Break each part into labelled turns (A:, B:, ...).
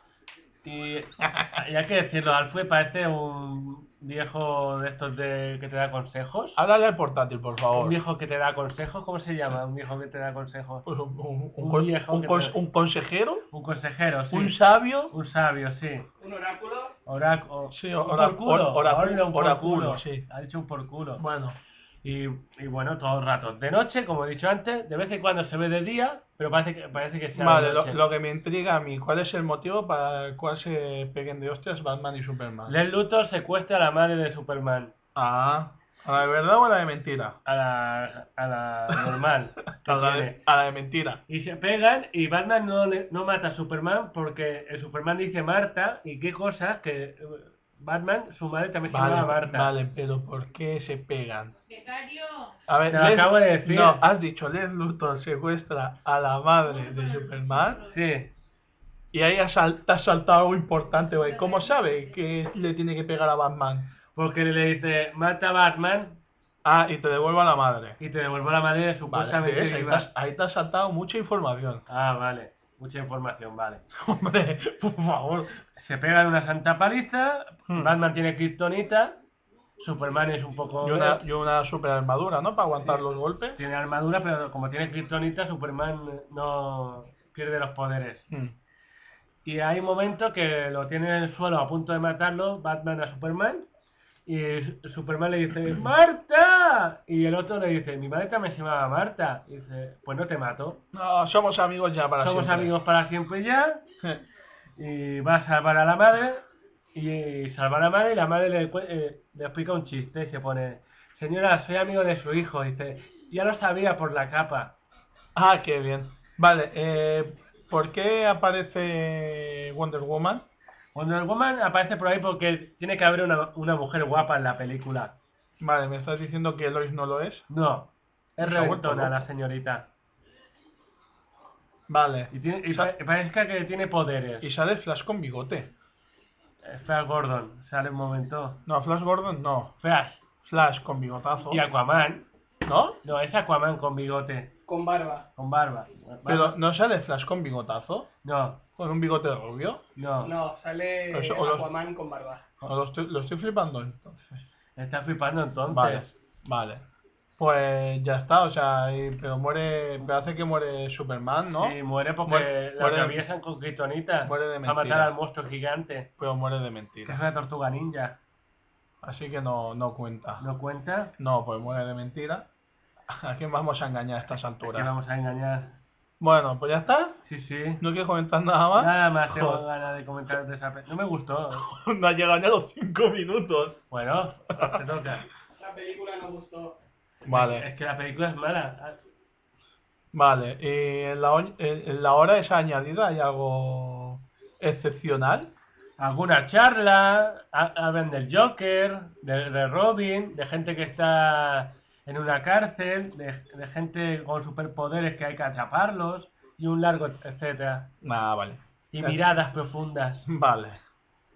A: y, y hay que decirlo, Alfred parece un viejo de estos de que te da consejos.
B: Háblale al portátil, por
A: Un
B: favor.
A: viejo que te da consejos, ¿cómo se llama? Un viejo que te da consejos.
B: Pues un, un- un
A: Un
B: con-
A: viejo
B: un
A: que
B: cons-
A: te-
B: un consejero,
A: Un consejero, sí.
B: un sabio,
A: Un sabio, sí.
C: ¿Un oráculo?
A: Oráculo.
B: Sí, ora-
A: por culo.
B: or- oracu-
A: Ha habido un por
B: oraculo,
A: culo.
B: sí.
A: Ha dicho un por culo.
B: bueno,
A: Y, y bueno, todos los ratos. De noche, como he dicho antes, de vez en cuando se ve de día, pero parece que, parece que sea
B: vale,
A: de
B: lo,
A: noche.
B: lo que me intriga a mí, ¿cuál es el motivo para el cual se peguen de hostias Batman y Superman?
A: Lex Luthor secuestra a la madre de Superman,
B: Ah, ¿a la de verdad o a la de mentira?
A: a la, a la normal. que
B: A la,
A: Ah,
B: de,
A: tiene.
B: a la de mentira.
A: Y se pegan y Batman no, le- no mata a Superman porque el Superman dice Marta y qué cosas que eh, Batman, su madre también se llama Marta.
B: vale, pero ¿por qué se pegan?
C: Becario.
B: A ver,
A: Te lo acabo de decir.
B: No, has dicho, Les Luthor secuestra a la madre de Superman
A: Sí.
B: y ahí has, sal- te has saltado algo importante, güey. ¿Cómo sabe que le tiene que pegar a Batman?
A: Porque le dice, mata a Batman
B: Ah, y te devuelvo a la madre.
A: y te devuelvo la madre
B: Vale,
A: supuestamente
B: ¿ves? ahí, te
A: viva.
B: has, ahí te has saltado mucha información.
A: Ah, vale. Mucha información, vale.
B: Hombre, por favor.
A: Se pegan una santa paliza,
B: Hmm.
A: Batman tiene kriptonita, Superman es un poco...
B: Y una, y una super armadura, ¿no? Para aguantar los golpes.
A: Tiene armadura, pero como tiene kriptonita, Superman no pierde los poderes.
B: Hmm.
A: Y hay un momento que lo tiene en el suelo a punto de matarlo, Batman a Superman, y S- Superman le dice, ¡Marta! Y el otro le dice, mi madre también se llamaba Marta. Y dice, pues no te mato.
B: No, somos amigos ya para
A: Somos
B: siempre.
A: amigos para siempre ya. y va a salvar a la madre y salva a la madre y la madre le, cue- eh, le explica un chiste y se pone señora soy amigo de su hijo dice ya lo sabía por la capa
B: Ah, qué bien. Vale, eh, ¿por qué aparece Wonder Woman?
A: Wonder Woman aparece por ahí porque tiene que haber una, una mujer guapa en la película
B: Vale, me estás diciendo que Lois no lo es.
A: no es
B: Se ha vuelto
A: reventona
B: loca.
A: la señorita
B: Vale.
A: y, tiene, y pa- parezca que tiene poderes
B: Y sale Flash con bigote.
A: Eh, Flash Gordon sale un momento
B: No, Flash Gordon no.
A: Flash
B: Flash con bigotazo.
A: y Aquaman
B: ¿No?
A: no es Aquaman con bigote
C: Con barba.
A: con barba
B: Pero no sale Flash con bigotazo.
A: no
B: Con un bigote rubio.
A: no,
C: No, sale
B: Eso, o los-
C: Aquaman con barba.
B: No, lo, estoy, lo estoy flipando entonces.
A: está flipando entonces
B: Vale, vale. Pues ya está, o sea, y- pero muere, pero hace que muere Superman, ¿no?
A: Sí, muere porque
B: Muere-
A: la
B: muere-
A: atraviesan con kriptonita
B: muere de
A: a matar
B: mentira.
A: al monstruo gigante,
B: Pero muere de
A: que es
B: mentira.
A: una tortuga ninja.
B: Así que no, no cuenta.
A: ¿No cuenta?
B: No, pues muere de mentira. ¿A quién vamos a engañar a estas
A: Que
B: alturas?
A: vamos a engañar.
B: Bueno, pues ya está.
A: Sí, sí.
B: No quiero comentar nada más.
A: Nada más tengo
B: ¿Ah? Joder,
A: ganas de comentar de esa pe- No me gustó.
B: No ha llegado ni a los 5 minutos.
A: Bueno, te toca.
C: La película no gustó.
B: Vale,
A: Es que la película es mala.
B: vale. ¿Y en la, o- en la hora esa añadida hay algo excepcional?
A: Alguna charla, ha- hablan del Joker, de, de Robin, de gente que está en una cárcel, de, de gente con superpoderes que hay que atraparlos, y un largo etcétera.
B: Nada, Ah, vale.
A: Y
B: Claro.
A: miradas profundas.
B: Vale,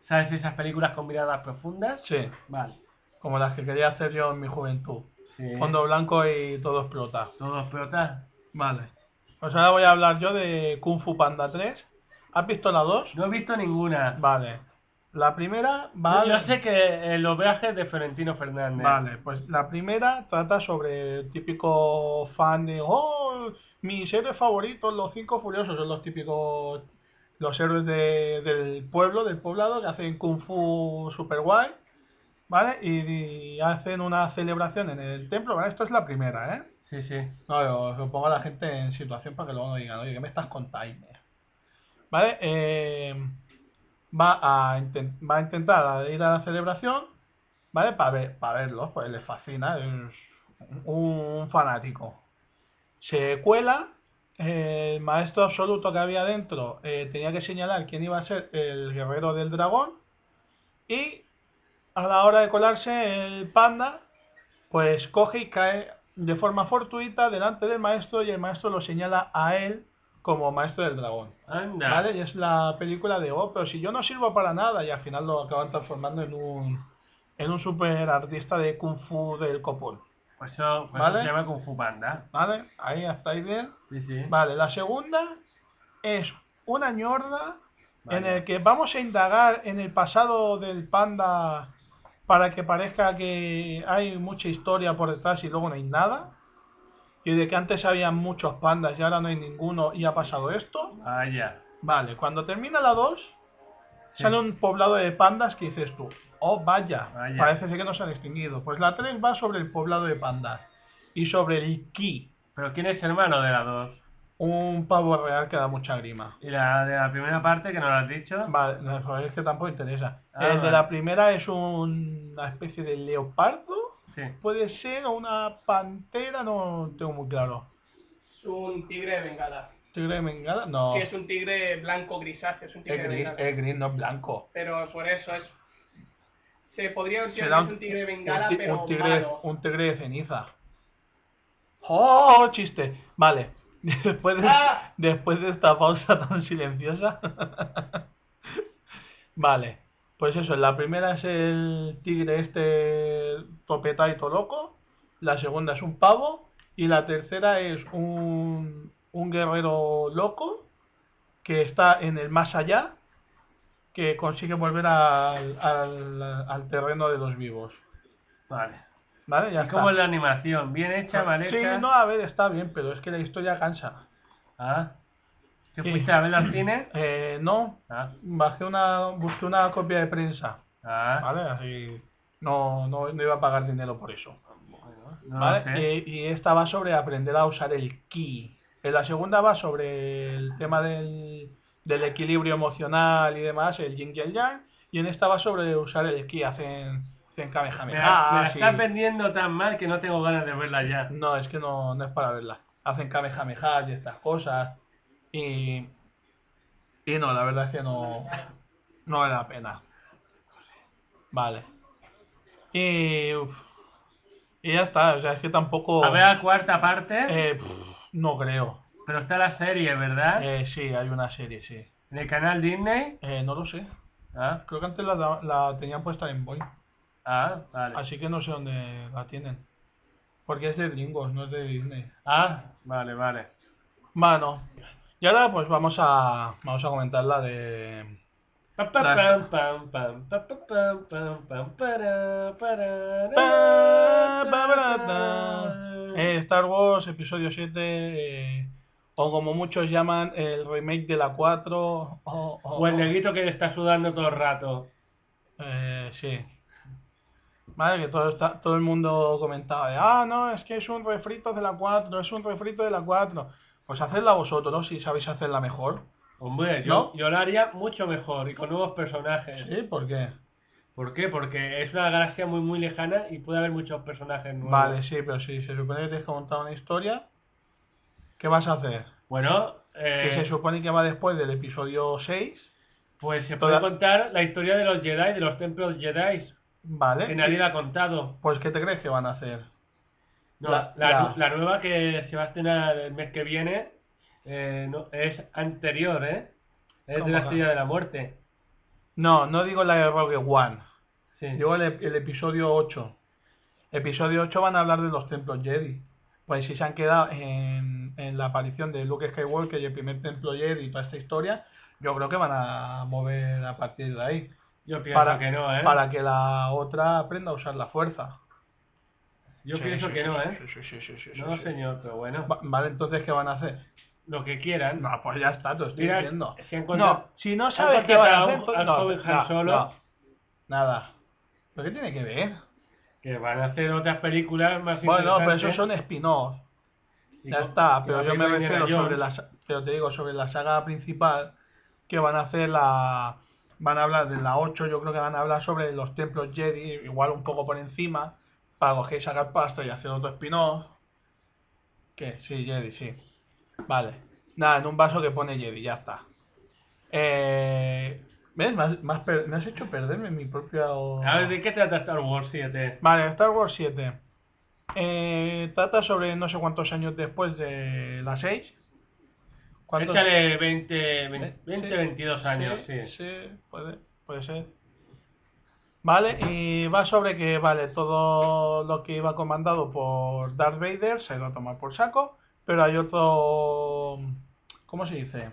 A: ¿Sabes esas películas con miradas profundas?
B: sí.
A: Vale.
B: Como las que quería hacer yo en mi juventud.
A: Sí.
B: Fondo blanco y todo explota.
A: Todos pelotas.
B: Vale. Pues ahora voy a hablar yo de Kung Fu Panda 3. ¿Has visto la 2?
A: No he visto ninguna.
B: Vale. La primera va.
C: Vale. Yo sé que eh, los viajes de Florentino Fernández.
B: Vale, pues la primera trata sobre el típico fan de, oh, mis héroes favoritos, los cinco furiosos, son los típicos, los héroes de- del pueblo, del poblado, que hacen kung fu super guay, ¿vale? Y, y hacen una celebración en el templo, ¿vale? Esta es la primera, ¿eh?
C: Sí, sí.
B: No, lo, lo pongo a la gente en situación para que luego no digan, oye, ¿qué me estás contando? ¿Vale? Eh, va, a inten- va a intentar ir a la celebración, ¿vale? Para ver, para verlo, pues le fascina, es un, un fanático. Se cuela, eh, el maestro absoluto que había dentro eh, tenía que señalar quién iba a ser el guerrero del dragón y a la hora de colarse el panda pues coge y cae de forma fortuita delante del maestro y el maestro lo señala a él como maestro del dragón.
C: Anda.
B: ¿Vale? Y es la película de, oh, pero si yo no sirvo para nada y al final lo acaban transformando en un, en un super artista de kung fu del copón.
C: Pues eso, pues
B: Vale.
C: eso se llama Kung Fu Panda.
B: ¿Vale? Ahí hasta ahí bien.
C: Sí, sí.
B: Vale, la segunda es una ñorda en
C: Vaya.
B: el que vamos a indagar en el pasado del panda para que parezca que hay mucha historia por detrás y luego no hay nada. Y de que antes había muchos pandas y ahora no hay ninguno y ha pasado esto.
C: Vaya.
B: Vale, cuando termina la 2, sale un poblado de pandas que dices tú, oh vaya,
C: Vaya.
B: parece ser que no se han extinguido. Pues la 3 va sobre el poblado de pandas y sobre el ki,
C: Pero ¿quién es hermano de las dos?
B: un pavo real que da mucha grima.
C: Y la de la primera parte que nos lo has dicho.
B: Vale, no, joder, es que tampoco interesa.
C: Ah,
B: el de
C: vale.
B: la primera es un- una especie de leopardo,
C: Sí.
B: puede ser, o una pantera, no tengo muy claro.
D: Es un tigre de bengala.
B: ¿Tigre de bengala? No,
D: Sí, es un tigre blanco grisáceo, es un
B: es
D: tigre de
B: gris,
D: bengala.
B: es gris, no es blanco.
D: Pero por eso es... Se podría decir que
B: Será
D: es un tigre de bengala,
B: ti-
D: pero
B: tigre,
D: malo.
B: un tigre de ceniza. ¡Oh, chiste! Vale. Después de,
D: ¡Ah!
B: después de esta pausa tan silenciosa. vale. Pues eso, la primera es el tigre este topetaito loco. La segunda es un pavo. Y la tercera es un, un guerrero loco que está en el más allá, que consigue volver al, al, al terreno de los vivos.
C: Vale.
B: ¿Vale? Ya
C: ¿Y cómo
B: está.
C: es la animación? ¿Bien hecha, mal
B: Ah, Sí,
C: hecha?
B: no, a ver, está bien, pero es que la historia cansa.
C: Ah. ¿Te
B: Sí.
C: fuiste a ver al cine?
B: Eh, no,
C: Ah.
B: bajé una, busqué una copia de prensa,
C: Ah.
B: ¿vale? Así no, no, no iba a pagar dinero por eso.
C: Bueno, Ah, no
B: ¿vale?
C: lo sé.
B: Eh, y esta va sobre aprender a usar el ki. En la segunda va sobre el tema del, del equilibrio emocional y demás, el yin y el yang. Y en esta va sobre usar el ki, hacen, hacen
C: me
B: kamehameha.
C: la, me la
B: Ah, sí.
C: estás vendiendo tan mal que no tengo ganas de verla ya.
B: No, es que no, no es para verla. Hacen kamehameha y estas cosas. Y, y no, la verdad es que no, no vale la pena. Vale. Y, uf, y ya está, o sea, es que tampoco...
C: A ver la cuarta parte.
B: eh, pff, no creo.
C: Pero está la serie, ¿verdad?
B: Eh, sí, hay una serie, sí.
C: En el canal Disney.
B: Eh, no lo sé.
C: Ah.
B: Creo que antes la, da- la tenían puesta en Boy.
C: Ah, vale.
B: Así que no sé dónde la tienen. Porque es de gringos, no es de Disney.
C: Ah, vale, vale.
B: Mano. Y ahora pues vamos a vamos a comentar la de
C: Pa, pa,
B: La-
C: pam, pam, pam, pa, pa, pam, pam, pam, para, para, ra, ra, ra, ra.
B: Eh, Star Wars episodio 7 eh, o como muchos llaman el remake de la 4 o, o-
C: O el negrito que está sudando todo el rato.
B: eh, sí. Vale, que todo está- todo el mundo comentaba de, ah, no, es que es un refrito de la 4, es un refrito de la 4. Pues hacedla vosotros si sabéis hacerla mejor.
C: Hombre, yo, yo lo haría mucho mejor y con nuevos personajes.
B: Sí, ¿por qué?
C: ¿Por qué? Porque es una galaxia muy muy lejana y puede haber muchos personajes nuevos.
B: Vale, sí, pero si se supone que tienes que contar una historia, ¿qué vas a hacer?
C: Bueno, eh,
B: Que se supone que va después del episodio 6,
C: pues se
B: toda- ¿Eh?
C: puede contar la historia de los Jedi, de los templos Jedi,
B: ¿vale?
C: que nadie la ha contado.
B: Pues ¿qué te crees que van a hacer?
C: No,
B: La-
C: la,
B: la-
C: la nueva que se va a estrenar el mes que viene eh, no, es anterior, ¿eh? Es
B: ¿Cómo
C: de la
B: va?
C: estrella de la muerte.
B: No, no digo la de Rogue One,
C: Sí.
B: digo el, ep- el episodio 8. Episodio 8 van a hablar de los templos Jedi. Pues si se han quedado en, en la aparición de Luke Skywalker y el primer templo Jedi y toda esta historia, yo creo que van a mover a partir de ahí.
C: Yo pienso
B: para
C: que no, ¿eh?
B: para que la otra aprenda a usar la fuerza.
C: Yo
B: Sí,
C: pienso
B: sí,
C: que
B: sí,
C: no,
B: sí,
C: ¿eh?
B: sí, sí, sí, sí, sí,
C: No,
B: sí.
C: señor, pero bueno.
B: Va- Vale, entonces, ¿qué van a hacer?
C: Lo que quieran.
B: No, pues ya está, te lo estoy
C: Mira,
B: diciendo.
C: si han contra-
B: No, si no
C: han
B: sabes qué van a
C: contratado
B: hacer,
C: a
B: entonces-
C: un joven Han
B: no, no,
C: Solo.
B: no. nada. ¿Pero qué tiene que ver?
C: Que van a hacer otras películas más
B: Bueno, pero esos
C: interesantes.
B: son spin-offs.
C: Y
B: Ya
C: con-
B: está,
C: y
B: pero
C: con
B: yo me
C: Indiana
B: refiero
C: Jones.
B: sobre la, sa- pero te digo sobre la saga principal que van a hacer la van a hablar de la 8, yo creo que van a hablar sobre los templos Jedi, igual un poco por encima, para coger y sacar pasta y hacer otro spin-off. ¿Qué? Sí, Jedi, sí. Vale. Nada, en un vaso que pone Jedi, ya está. Eh, ¿Ves? Me has, me has per- me has hecho perderme en mi propio...
C: A ver, ¿de qué trata Star Wars 7?
B: Vale, Star Wars 7. Eh, trata sobre no sé cuántos años después de la 6. ¿Cuántos?
C: Échale 20, 20,
B: Eh,
C: 20,
B: sí,
C: 22 años, sí.
B: sí. sí, puede, puede ser. Vale, y va sobre que, vale, todo lo que iba comandado por Darth Vader se lo toma por saco, pero hay otro... ¿Cómo se dice?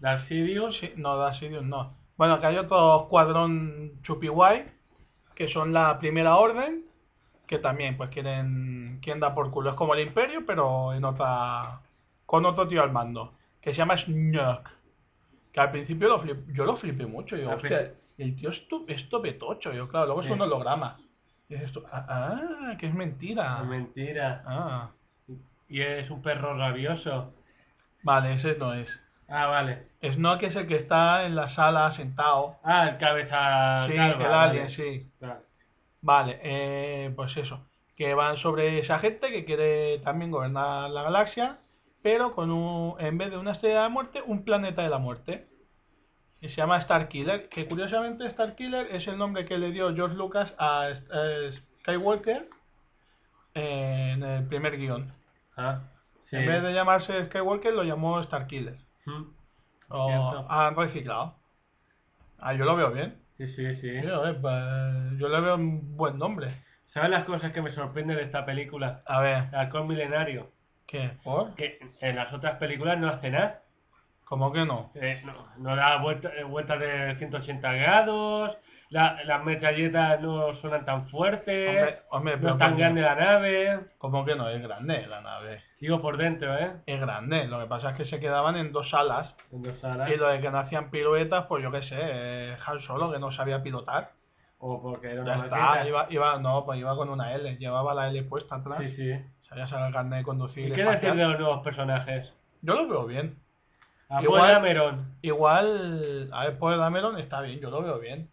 C: Darth Sidious,
B: Sí, no, Darth Sidious no. Bueno, que hay otro escuadrón chupiguay, que son la primera orden, que también pues quieren, quieren dar por culo. Es como el imperio, pero en otra, con otro tío al mando, que se llama Snook. Que al principio lo flip- yo lo flipé mucho. Yo,
C: Al
B: hostia,
C: principio-
B: el tío es, tu- es topetocho. Yo, claro, luego es
C: Sí.
B: un holograma. Y dices tú, ah, ah, que es mentira.
C: Es mentira.
B: Ah,
C: Y es un perro rabioso.
B: vale, ese no es.
C: Ah, vale.
B: Snook es el que está en la sala sentado.
C: Ah, el cabeza
B: Sí,
C: calva,
B: el
C: vale.
B: alien, sí.
C: Vale.
B: Vale, eh, pues eso. Que van sobre esa gente que quiere también gobernar la galaxia, pero con un, en vez de una estrella de la muerte, un planeta de la muerte. Y se llama Starkiller, que curiosamente Starkiller es el nombre que le dio George Lucas a, eh, Skywalker en el primer guión.
C: Ah, sí.
B: En vez de llamarse Skywalker, lo llamó Starkiller.
C: Mm,
B: O
C: Cierto.
B: han reciclado. Ah, yo lo veo bien.
C: Sí, sí, sí.
B: Yo, eh, pues, yo le veo un buen nombre.
C: ¿Sabes las cosas que me sorprenden de esta película?
B: A ver,
C: Halcón Milenario.
B: ¿qué? ¿Por?
C: Que en las otras películas no hace nada.
B: ¿Cómo que no?
C: Eh, no, no da vuelta- eh, vueltas de 180 grados. la- las metralletas no suenan tan fuertes.
B: Hombre, hombre,
C: Eh, no
B: pero
C: es tan
B: ¿cómo?
C: grande la nave.
B: ¿Cómo que no? Es grande la nave.
C: Digo por dentro, ¿eh?
B: Es grande. Lo que pasa es que se quedaban en dos alas.
C: En dos alas.
B: Y lo de que no hacían piruetas, pues yo qué sé, eh, Han Solo, que no sabía pilotar.
C: O porque era
B: Ya
C: una
B: está,
C: maqueta.
B: iba, iba, no, pues iba con una L, llevaba la L puesta atrás.
C: Sí, sí.
B: Sabía sacar el carnet de conducir.
C: ¿Y qué
B: espacial.
C: decir de los nuevos personajes?
B: Yo lo veo bien.
C: A
B: Igual-
C: Paul Dameron,
B: Igual, a ver, Paul Dameron está bien, yo lo veo bien.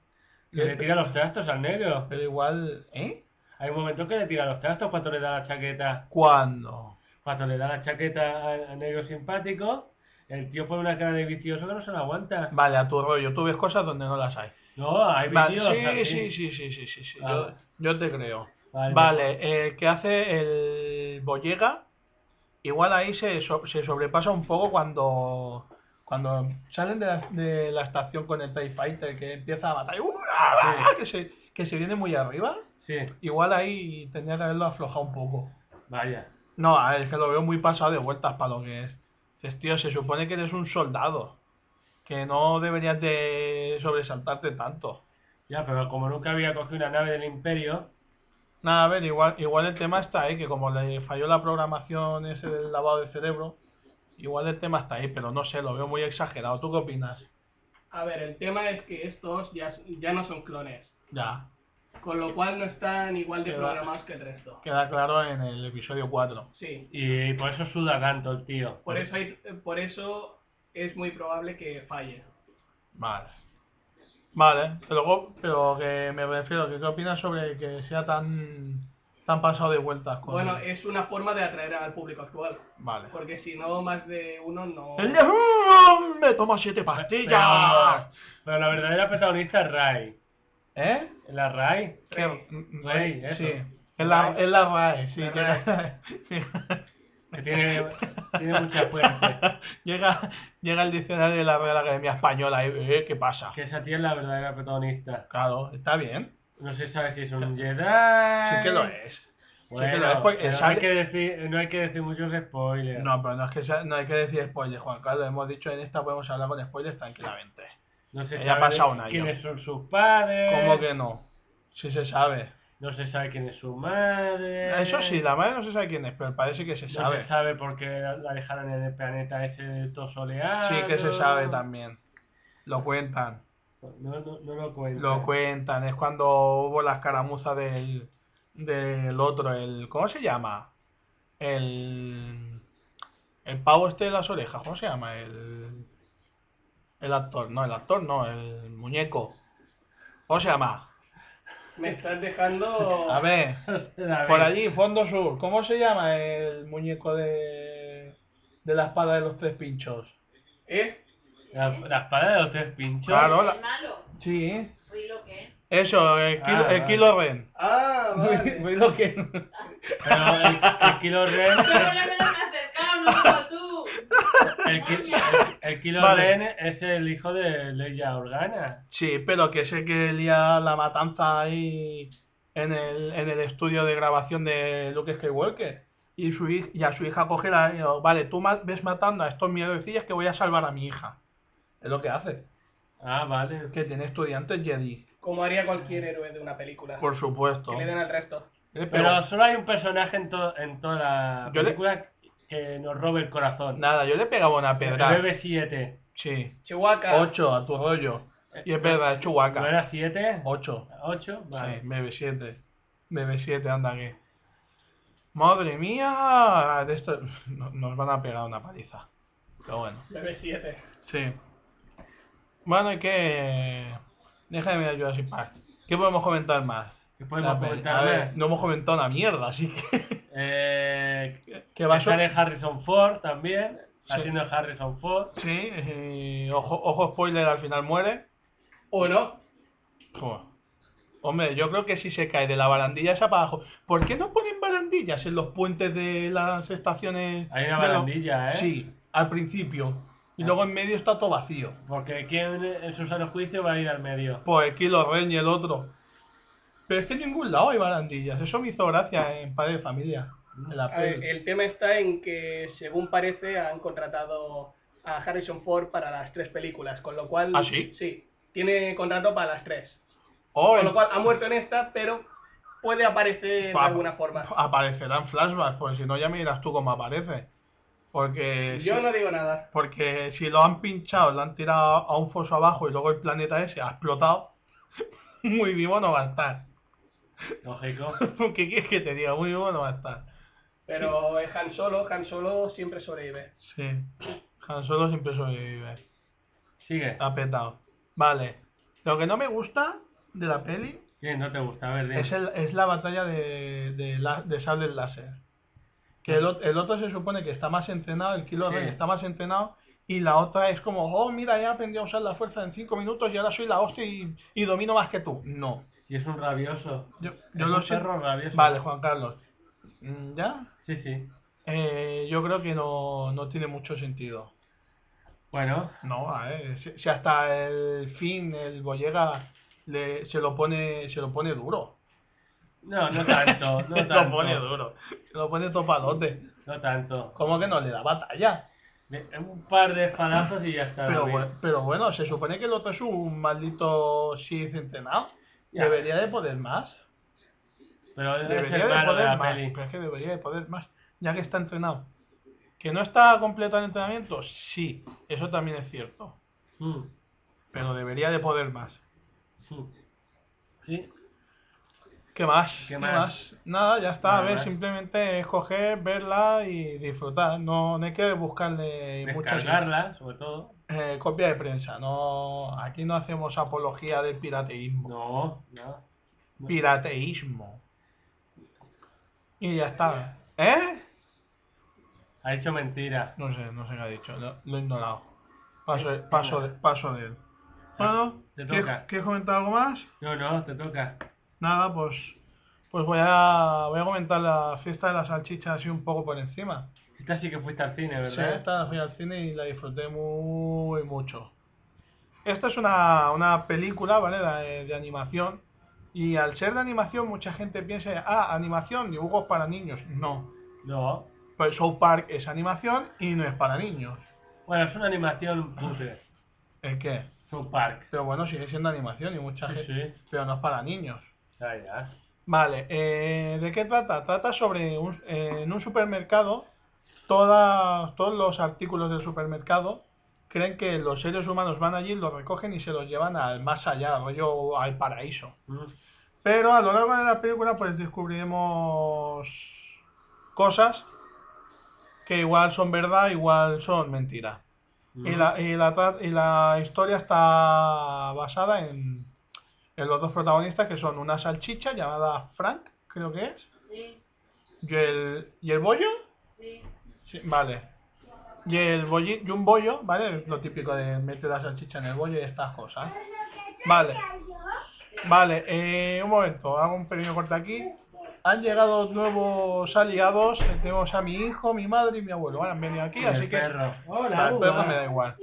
C: que le tira los trastos al negro.
B: Pero igual, ¿eh?
C: Hay un momento que le tira los trastos cuando le da la chaqueta.
B: ¿Cuándo?
C: Cuando le da la chaqueta al, al negro simpático, el tío pone una cara de vicioso que no se la aguanta.
B: Vale, a tu rollo, tú ves cosas donde no las hay.
C: No, hay
B: Vale,
C: vídeos así.
B: sí, sí, sí, sí, sí, sí, sí,
C: Vale.
B: Yo, yo te creo.
C: Vale.
B: Vale, el que hace el Bollega, igual ahí se, so- se sobrepasa un poco cuando cuando salen de la, de la estación con el TIE Fighter que empieza a matar, y ¡uh! ¡ah! que, se, que se viene muy arriba,
C: Sí,
B: igual ahí tendría que haberlo aflojado un poco.
C: vaya.
B: No, a ver, es que lo veo muy pasado de vueltas para lo que es. Dices, tío, se supone que eres un soldado, que no deberías de sobresaltarte tanto.
C: Ya, pero como nunca había cogido una nave del imperio,
B: Nada, a ver, igual, igual el tema está ahí, que como le falló la programación ese del lavado de cerebro, igual el tema está ahí, pero no sé, lo veo muy exagerado. ¿Tú qué opinas?
E: A ver, el tema es que estos ya, ya no son clones.
B: Ya,
E: Con lo cual no están igual de
B: Que va.
E: programados que el resto.
B: queda claro en el episodio 4.
E: Sí.
C: y por eso suda tanto el tío.
E: Por eso, hay- por eso es muy probable que falle.
B: Vale. Vale, pero, pero que me refiero, que ¿qué opinas sobre que sea tan, tan pasado de vueltas? Con
E: Bueno, es una forma de atraer al público actual.
B: Vale.
E: Porque si no, más de uno no...
B: El de- ¡Uh! ¡Me toma siete
C: Pero,
B: pastillas!
C: pero la verdadera protagonista es Rai.
B: ¿Eh?
C: La Rai.
B: ¿Qué?
C: Rey, eso.
B: sí. Es la, es la RAE, sí.
C: La
B: que- sí.
C: Que tiene, tiene mucha fuerza.
B: llega, llega el diccionario de la Real Academia Española y eh, ¿qué pasa?
C: Que esa tía es la verdadera protagonista.
B: Claro, está bien.
C: No se sabe si es un Jedi.
B: Sí que lo es.
C: Bueno,
B: que lo es, porque
C: pero no,
B: sale-
C: hay que decir, no hay que decir muchos spoilers.
B: No, pero no, es que sea- no hay que decir spoilers, Juan Carlos. Hemos dicho en esta podemos hablar con spoilers tranquilamente.
C: No se
B: Ya ha
C: sabe
B: pasado un año.
C: quiénes son sus padres.
B: ¿Cómo que no? Si se sabe.
C: No se sabe quién es su madre.
B: Eso sí, la madre no se sabe quién es, pero parece que se
C: No
B: sabe.
C: se sabe por qué la dejaron en el planeta ese todo soleado.
B: Sí que se sabe también. Lo cuentan.
C: No, no, no lo cuento.
B: Lo cuentan. Es cuando hubo la escaramuza del, del otro, el... ¿Cómo se llama? El... El pavo este de las orejas, ¿cómo se llama? El... El actor, no, el actor no, el muñeco. ¿Cómo se llama?
E: Me estás dejando...
B: A ver,
C: La
B: por
C: vez.
B: allí, fondo sur, ¿cómo se llama el muñeco de, de la espada de los tres pinchos?
E: ¿Eh?
C: La, la espada de los tres pinchos.
B: Claro,
F: ¿El
B: la-
F: malo?
B: Sí.
F: Soy lo que es.
B: Eso, el
C: Ah,
B: Kilo, el
C: vale.
B: Kilo Ren.
E: Ah, vale.
B: Muy lo que-
C: Pero el, el Kilo Ren.
F: Yo no me lo has acercado, no, tú.
C: El, Ki- el- el Kilo
B: Vale.
C: Ren es el hijo de Leia Organa.
B: Sí, pero que sé que lía la matanza ahí en el, en el estudio de grabación de Luke Skywalker. Y, su, hij- y a su hija coge la... y digo, vale, tú ma- ves matando a estos mierdecillas que voy a salvar a mi hija. Es lo que hace.
C: Ah, vale.
B: Que tiene estudiantes Jedi,
E: Como haría cualquier héroe de una película.
B: por supuesto.
E: Que le den al resto.
B: Eh,
C: Pero solo hay un personaje en, to- en toda la
B: Yo le-
C: película que nos robe el corazón.
B: Nada, yo le pegaba una
C: el
B: pedra.
C: BB7.
B: Sí.
E: Chihuahua.
B: 8 a tu rollo. Y es verdad, es
C: Eh, ¿No
B: Chewbacca.
C: era 7?
B: 8.
C: 8, vale.
B: Sí, BB7. BB7, anda aquí. Madre mía, de esto no- nos van a pegar una paliza. Pero bueno.
E: BB7.
B: Sí. Bueno, y que... Déjame ayudar Jurassic Park. ¿Qué podemos comentar más?
C: ¿Qué podemos
B: La peli-
C: comentar
B: a ver,
C: más?
B: No hemos comentado una mierda, así que...
C: Eh,
B: que va a
C: sale Harrison Ford también,
B: Sí.
C: haciendo Harrison Ford.
B: Sí, eh, ojo, ojo spoiler, al final muere.
E: ¿O no?
B: Joder. Hombre, yo creo que si se cae de la barandilla esa para abajo. ¿Por qué no ponen barandillas en los puentes de las estaciones?
C: Hay una
B: de los-
C: barandilla, ¿eh?
B: Sí, al principio. Y luego en medio está todo vacío.
C: Porque ¿quién en su sano juicio va a ir al medio?
B: Pues aquí lo reñe el otro. Pero es que en ningún lado hay barandillas. Eso me hizo gracia en Padre de Familia.
C: Mm.
B: en la
E: A ver,
B: peli.
E: el tema está en que, según parece, han contratado a Harrison Ford para las tres películas, con lo cual...
B: ¿Ah, sí?
E: tiene contrato para las tres.
B: Oh,
E: Con
B: en-
E: lo cual, ha muerto en esta, pero puede aparecer de
B: pa-
E: alguna forma.
B: Aparecerá en flashbacks, pues si no ya me dirás tú cómo aparece. Porque...
E: Yo
B: sí.
E: no digo nada.
B: Porque si lo han pinchado, lo han tirado a un foso abajo y luego el planeta ese ha explotado, muy vivo no va a estar.
C: Lógico.
B: ¿Qué quieres que te diga? Muy vivo no va a estar.
E: Pero es Han Solo, Han Solo siempre sobrevive.
B: Sí. Han Solo siempre sobrevive.
C: Sigue.
B: Ha petado. Vale. Lo que no me gusta de la peli
C: ¿Quién no te gusta? A ver, dime.
B: es, el- es la batalla de, de, la- de sables láser. Que el, ot- el otro se supone que está más entrenado, el Kilo
C: Sí.
B: Ren está más entrenado, y la otra es como, oh, mira, ya aprendí a usar la fuerza en 5 minutos y ahora soy la hostia y, y domino más que tú. No.
C: Si es un rabioso.
B: Yo,
C: Es
B: yo
C: un
B: lo sé.
C: perro rabioso.
B: Vale, Juan Carlos. Mm, ¿Ya?
C: Sí, sí.
B: Eh, yo creo que no, no tiene mucho sentido.
C: Bueno,
B: No, a ver, si, si hasta el fin, el Boyega, le, se lo pone se lo pone duro.
C: no, no tanto,
B: se
C: no
B: lo pone
C: tanto.
B: duro. Se lo pone topalote.
C: No tanto.
B: ¿Cómo que no le da batalla?
C: De- Un par de espadazos y ya está.
B: Pero,
C: David.
B: bue- pero bueno, se supone que el otro es un maldito Sith entrenado.
C: Ya.
B: Debería de poder más.
C: Pero es
B: Debería
C: el
B: de
C: malo de
B: poder
C: la
B: más.
C: peli.
B: Pero es que debería de poder más, ya que está entrenado. ¿Que no está completo el entrenamiento? Sí, eso también es cierto.
C: Mm,
B: Pero debería de poder más.
C: mm. Sí,
B: ¿Qué más?
C: ¿Qué más?
B: Nada, ya está.
C: Nada
B: a ver,
C: más.
B: simplemente es coger, verla y disfrutar. No, no hay que buscarle muchas
C: descargarla, ah, sobre todo.
B: eh, copias de prensa. No, aquí no hacemos apología del pirateísmo.
C: No, no.
B: Pirateísmo. Y ya está. ¿Eh?
C: Ha hecho mentira. Eh,
B: No sé, no sé qué ha dicho, lo, lo he ignorado. Paso, de- paso, de, paso de él. Bueno,
C: Ah, Te
B: ¿quieres,
C: toca.
B: quieres comentar algo más?
C: No, no, te toca.
B: Nada, pues pues voy a, voy a comentar la fiesta de las salchichas así un poco por encima.
C: Esta sí que fuiste al cine,
B: Sí,
A: ¿eh?
C: ¿verdad?
B: esta la fui al cine y la disfruté muy mucho. Esta es una, una película, ¿vale? De, de animación. Y al ser de animación, mucha gente piensa, ah, animación, dibujos para niños. No.
C: No.
B: Pues South Park es animación y no es para niños.
C: Bueno, es una animación putre.
B: ¿El qué?
C: South Park.
B: Pero bueno, sigue siendo animación y mucha
C: Sí,
B: gente.
C: sí.
B: Pero no es para niños.
C: Ya, ya.
B: Vale, eh, ¿de qué trata? Trata sobre un- eh, en un supermercado, todas, todos los artículos del supermercado creen que los seres humanos van allí, los recogen y se los llevan al más allá, rollo al paraíso.
C: Mm.
B: Pero a lo largo de la película pues descubriremos cosas que igual son verdad, igual son mentira. Y, la, y la tra- y la historia está basada en, en los dos protagonistas que son una salchicha llamada Frank, creo que es,
F: Sí,
B: y el, y el bollo,
F: sí.
B: Sí, vale, y, el bolli- y un bollo, ¿vale? Lo típico de meter la salchicha en el bollo y estas cosas. Vale. Vale, eh, un momento, hago un pequeño corte aquí. Han llegado nuevos aliados, tenemos a mi hijo, mi madre y mi abuelo. Bueno, han venido aquí,
C: Y
B: así
C: el
B: que...
C: perro.
B: Ah,
C: Hola,
B: el
C: Uva.
B: perro me da igual.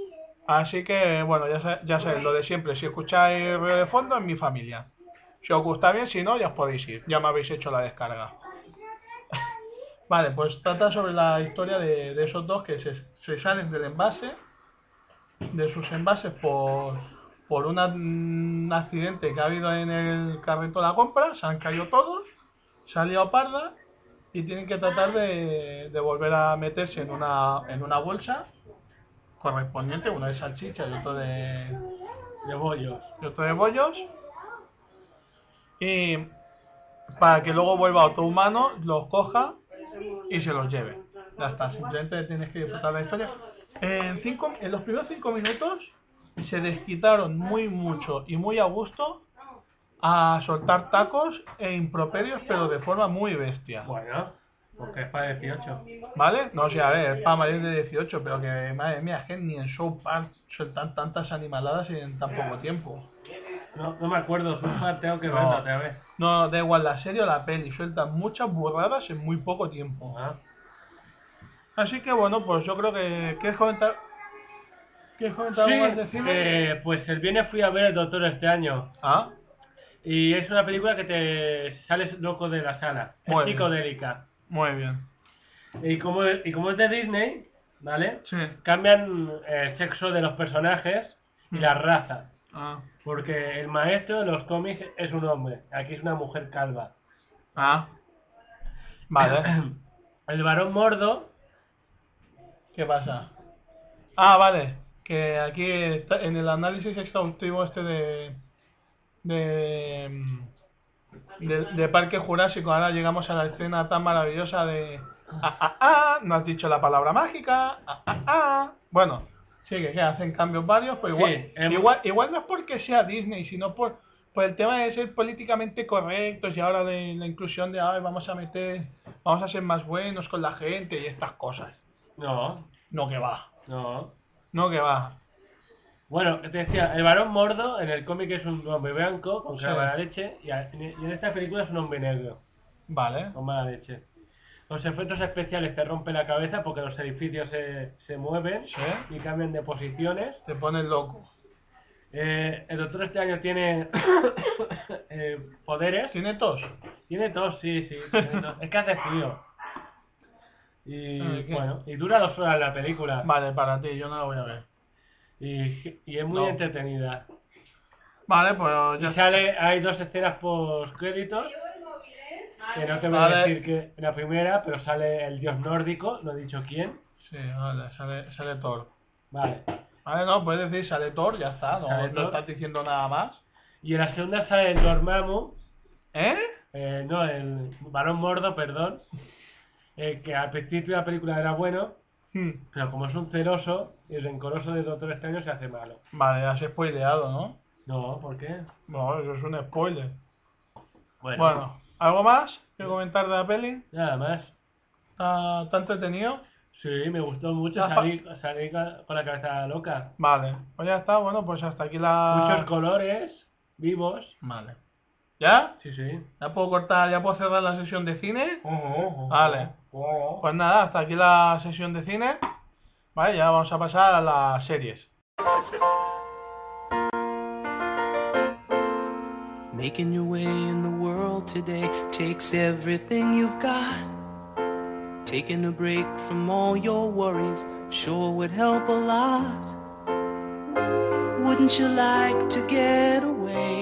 B: Así que, bueno, ya, sa- ya sabéis, lo de siempre. Si escucháis ruido de fondo, es mi familia. Si os gusta bien, si no, ya os podéis ir. Ya me habéis hecho la descarga. Vale, pues trata sobre la historia de, de esos dos que se, se salen del envase, de sus envases por, por una- un accidente que ha habido en el carrito de la compra, se han caído todos, se ha liado parda y tienen que tratar de, de volver a meterse en una, en una bolsa correspondiente, uno de salchicha y otro de,
C: De bollos.
B: y otro de bollos. Y para que luego vuelva otro humano, los coja y se los lleve. Ya está, simplemente tienes que disfrutar la historia. En, cinco, en los primeros cinco minutos se desquitaron muy mucho y muy a gusto a soltar tacos e improperios, pero de forma muy bestia.
C: Bueno, porque es para 18.
B: ¿Vale? No, sé, a ver, es para mayores de 18, pero que, madre mía, es que ni en South Park sueltan tantas animaladas en tan poco tiempo.
C: No, no me acuerdo, Zufa, tengo que
B: Ah. No.
C: verla otra vez.
B: No, da igual la serie o la peli, sueltan muchas burradas en muy poco tiempo.
C: Ah,
B: Así que bueno, pues yo creo que... ¿Quieres comentar? ¿Quieres comentar
C: Sí,
B: algo más de cine?
C: eh, pues el viernes fui a ver El Doctor este año.
B: Ah,
C: Y es una película que te sales loco de la sala.
B: Muy
C: Es
B: bien.
C: psicodélica.
B: muy bien.
C: Y como, y como es de Disney, ¿vale?
B: Sí.
C: Cambian eh, el sexo de los personajes y la raza.
B: Ah,
C: Porque el maestro de los cómics es un hombre. Aquí es una mujer calva.
B: ah. Vale.
C: El varón mordo
B: ¿Qué pasa? Ah, vale. Que aquí está- en el análisis exhaustivo este de... De, mm, de... de Parque Jurásico. Ahora llegamos a la escena tan maravillosa de... Ah, ah, ah, no has dicho la palabra mágica. Ah, ah, ah. Bueno, sí que, que hacen cambios varios, pero igual,
C: Sí, em-
B: igual, igual no es porque sea Disney, sino por, por el tema de ser políticamente correctos y ahora de la inclusión de, ay, vamos a meter, vamos a ser más buenos con la gente y estas cosas.
C: No,
B: No que va.
C: no.
B: No que va.
C: Bueno, te decía, el varón mordo en el cómic es un hombre blanco con
B: Sí.
C: cara mala leche y a- y en esta película es un hombre negro
B: Vale.
C: con mala leche. Los efectos especiales te rompen la cabeza porque los edificios se, se mueven
B: Sí.
C: y cambian de posiciones.
B: Te pones loco.
C: Eh, el doctor este año tiene eh, poderes.
B: ¿Tiene tos?
C: Tiene tos, sí, sí. tiene tos. es que hace frío. Y
B: Ah, ¿qué?
C: bueno, y dura dos horas la película.
B: Vale, para ti, yo no lo voy a ver.
C: Y, y es muy
B: No.
C: entretenida.
B: Vale, pues
C: Y
B: ya
C: sale, hay dos escenas post créditos
F: ¿eh?
C: que no te voy
B: Vale.
C: a decir que la primera, pero sale el dios nórdico, no he dicho quién.
B: Sí, vale, sale, sale Thor.
C: Vale.
B: Vale, no, puedes decir sale Thor, ya está. No,
C: Sale
B: no
C: Thor.
B: estás diciendo nada más.
C: Y en la segunda sale el Dormammu,
B: ¿Eh?
C: eh, no, el varón mordo, perdón, eh, que al principio de la película era bueno,
B: Hmm.
C: pero como es un celoso y rencoroso de Doctor Extraño se hace malo.
B: Vale, has spoileado, ¿no?
C: No, ¿por qué?
B: No, eso es un spoiler. Bueno, ¿algo más que comentar de la peli?
C: Nada más.
B: ¿Está, está entretenido?
C: Sí, me gustó mucho.
B: Ajá.
C: Salí, salí ca- con la cabeza loca.
B: Vale, pues ya está. Bueno, pues hasta aquí la...
C: Muchos colores vivos.
B: Vale. ¿Ya?
C: Sí, sí.
B: ¿Ya puedo cortar, ya puedo cerrar la sesión de cine? Vale. Pues nada, hasta aquí la sesión de cine. Vale, ya vamos a pasar a las series.
G: Making your way in the world today takes everything you've got. Taking a break from all your worries sure would help a lot. Would Wouldn't you like to get away?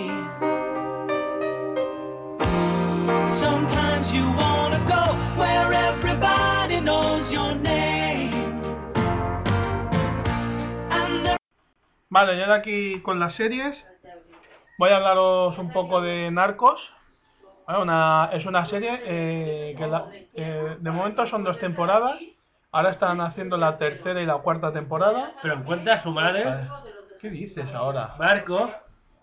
G: Sometimes you wanna go where everybody knows your name. And there
B: Vale, y ahora aquí con las series voy a hablaros un poco de Narcos. Vale, una- es una serie eh, que la- eh, de momento son dos temporadas. Ahora están haciendo la tercera y la cuarta temporada.
C: Pero encuentra a su madre,
B: ¿Qué dices ahora?
C: Marcos,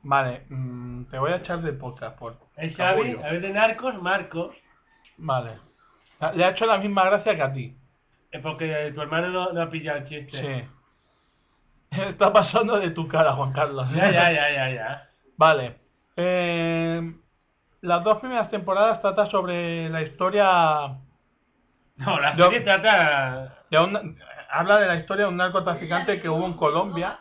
B: Vale, mm, te voy a echar de podcast por...
C: el Xavi,
B: capullo.
C: a ver de Narcos, Marcos,
B: Vale. Le ha hecho la misma gracia que a ti.
C: eh, porque tu hermano no, no ha pillado el chiste.
B: Sí. Está pasando de tu cara, Juan Carlos.
C: Ya, ya, ya, ya, ya.
B: Vale. Eh, las dos primeras temporadas trata sobre la historia
C: No, la
B: Yo-
C: serie trata...
B: de un- habla de la historia de un narcotraficante que hubo en Colombia.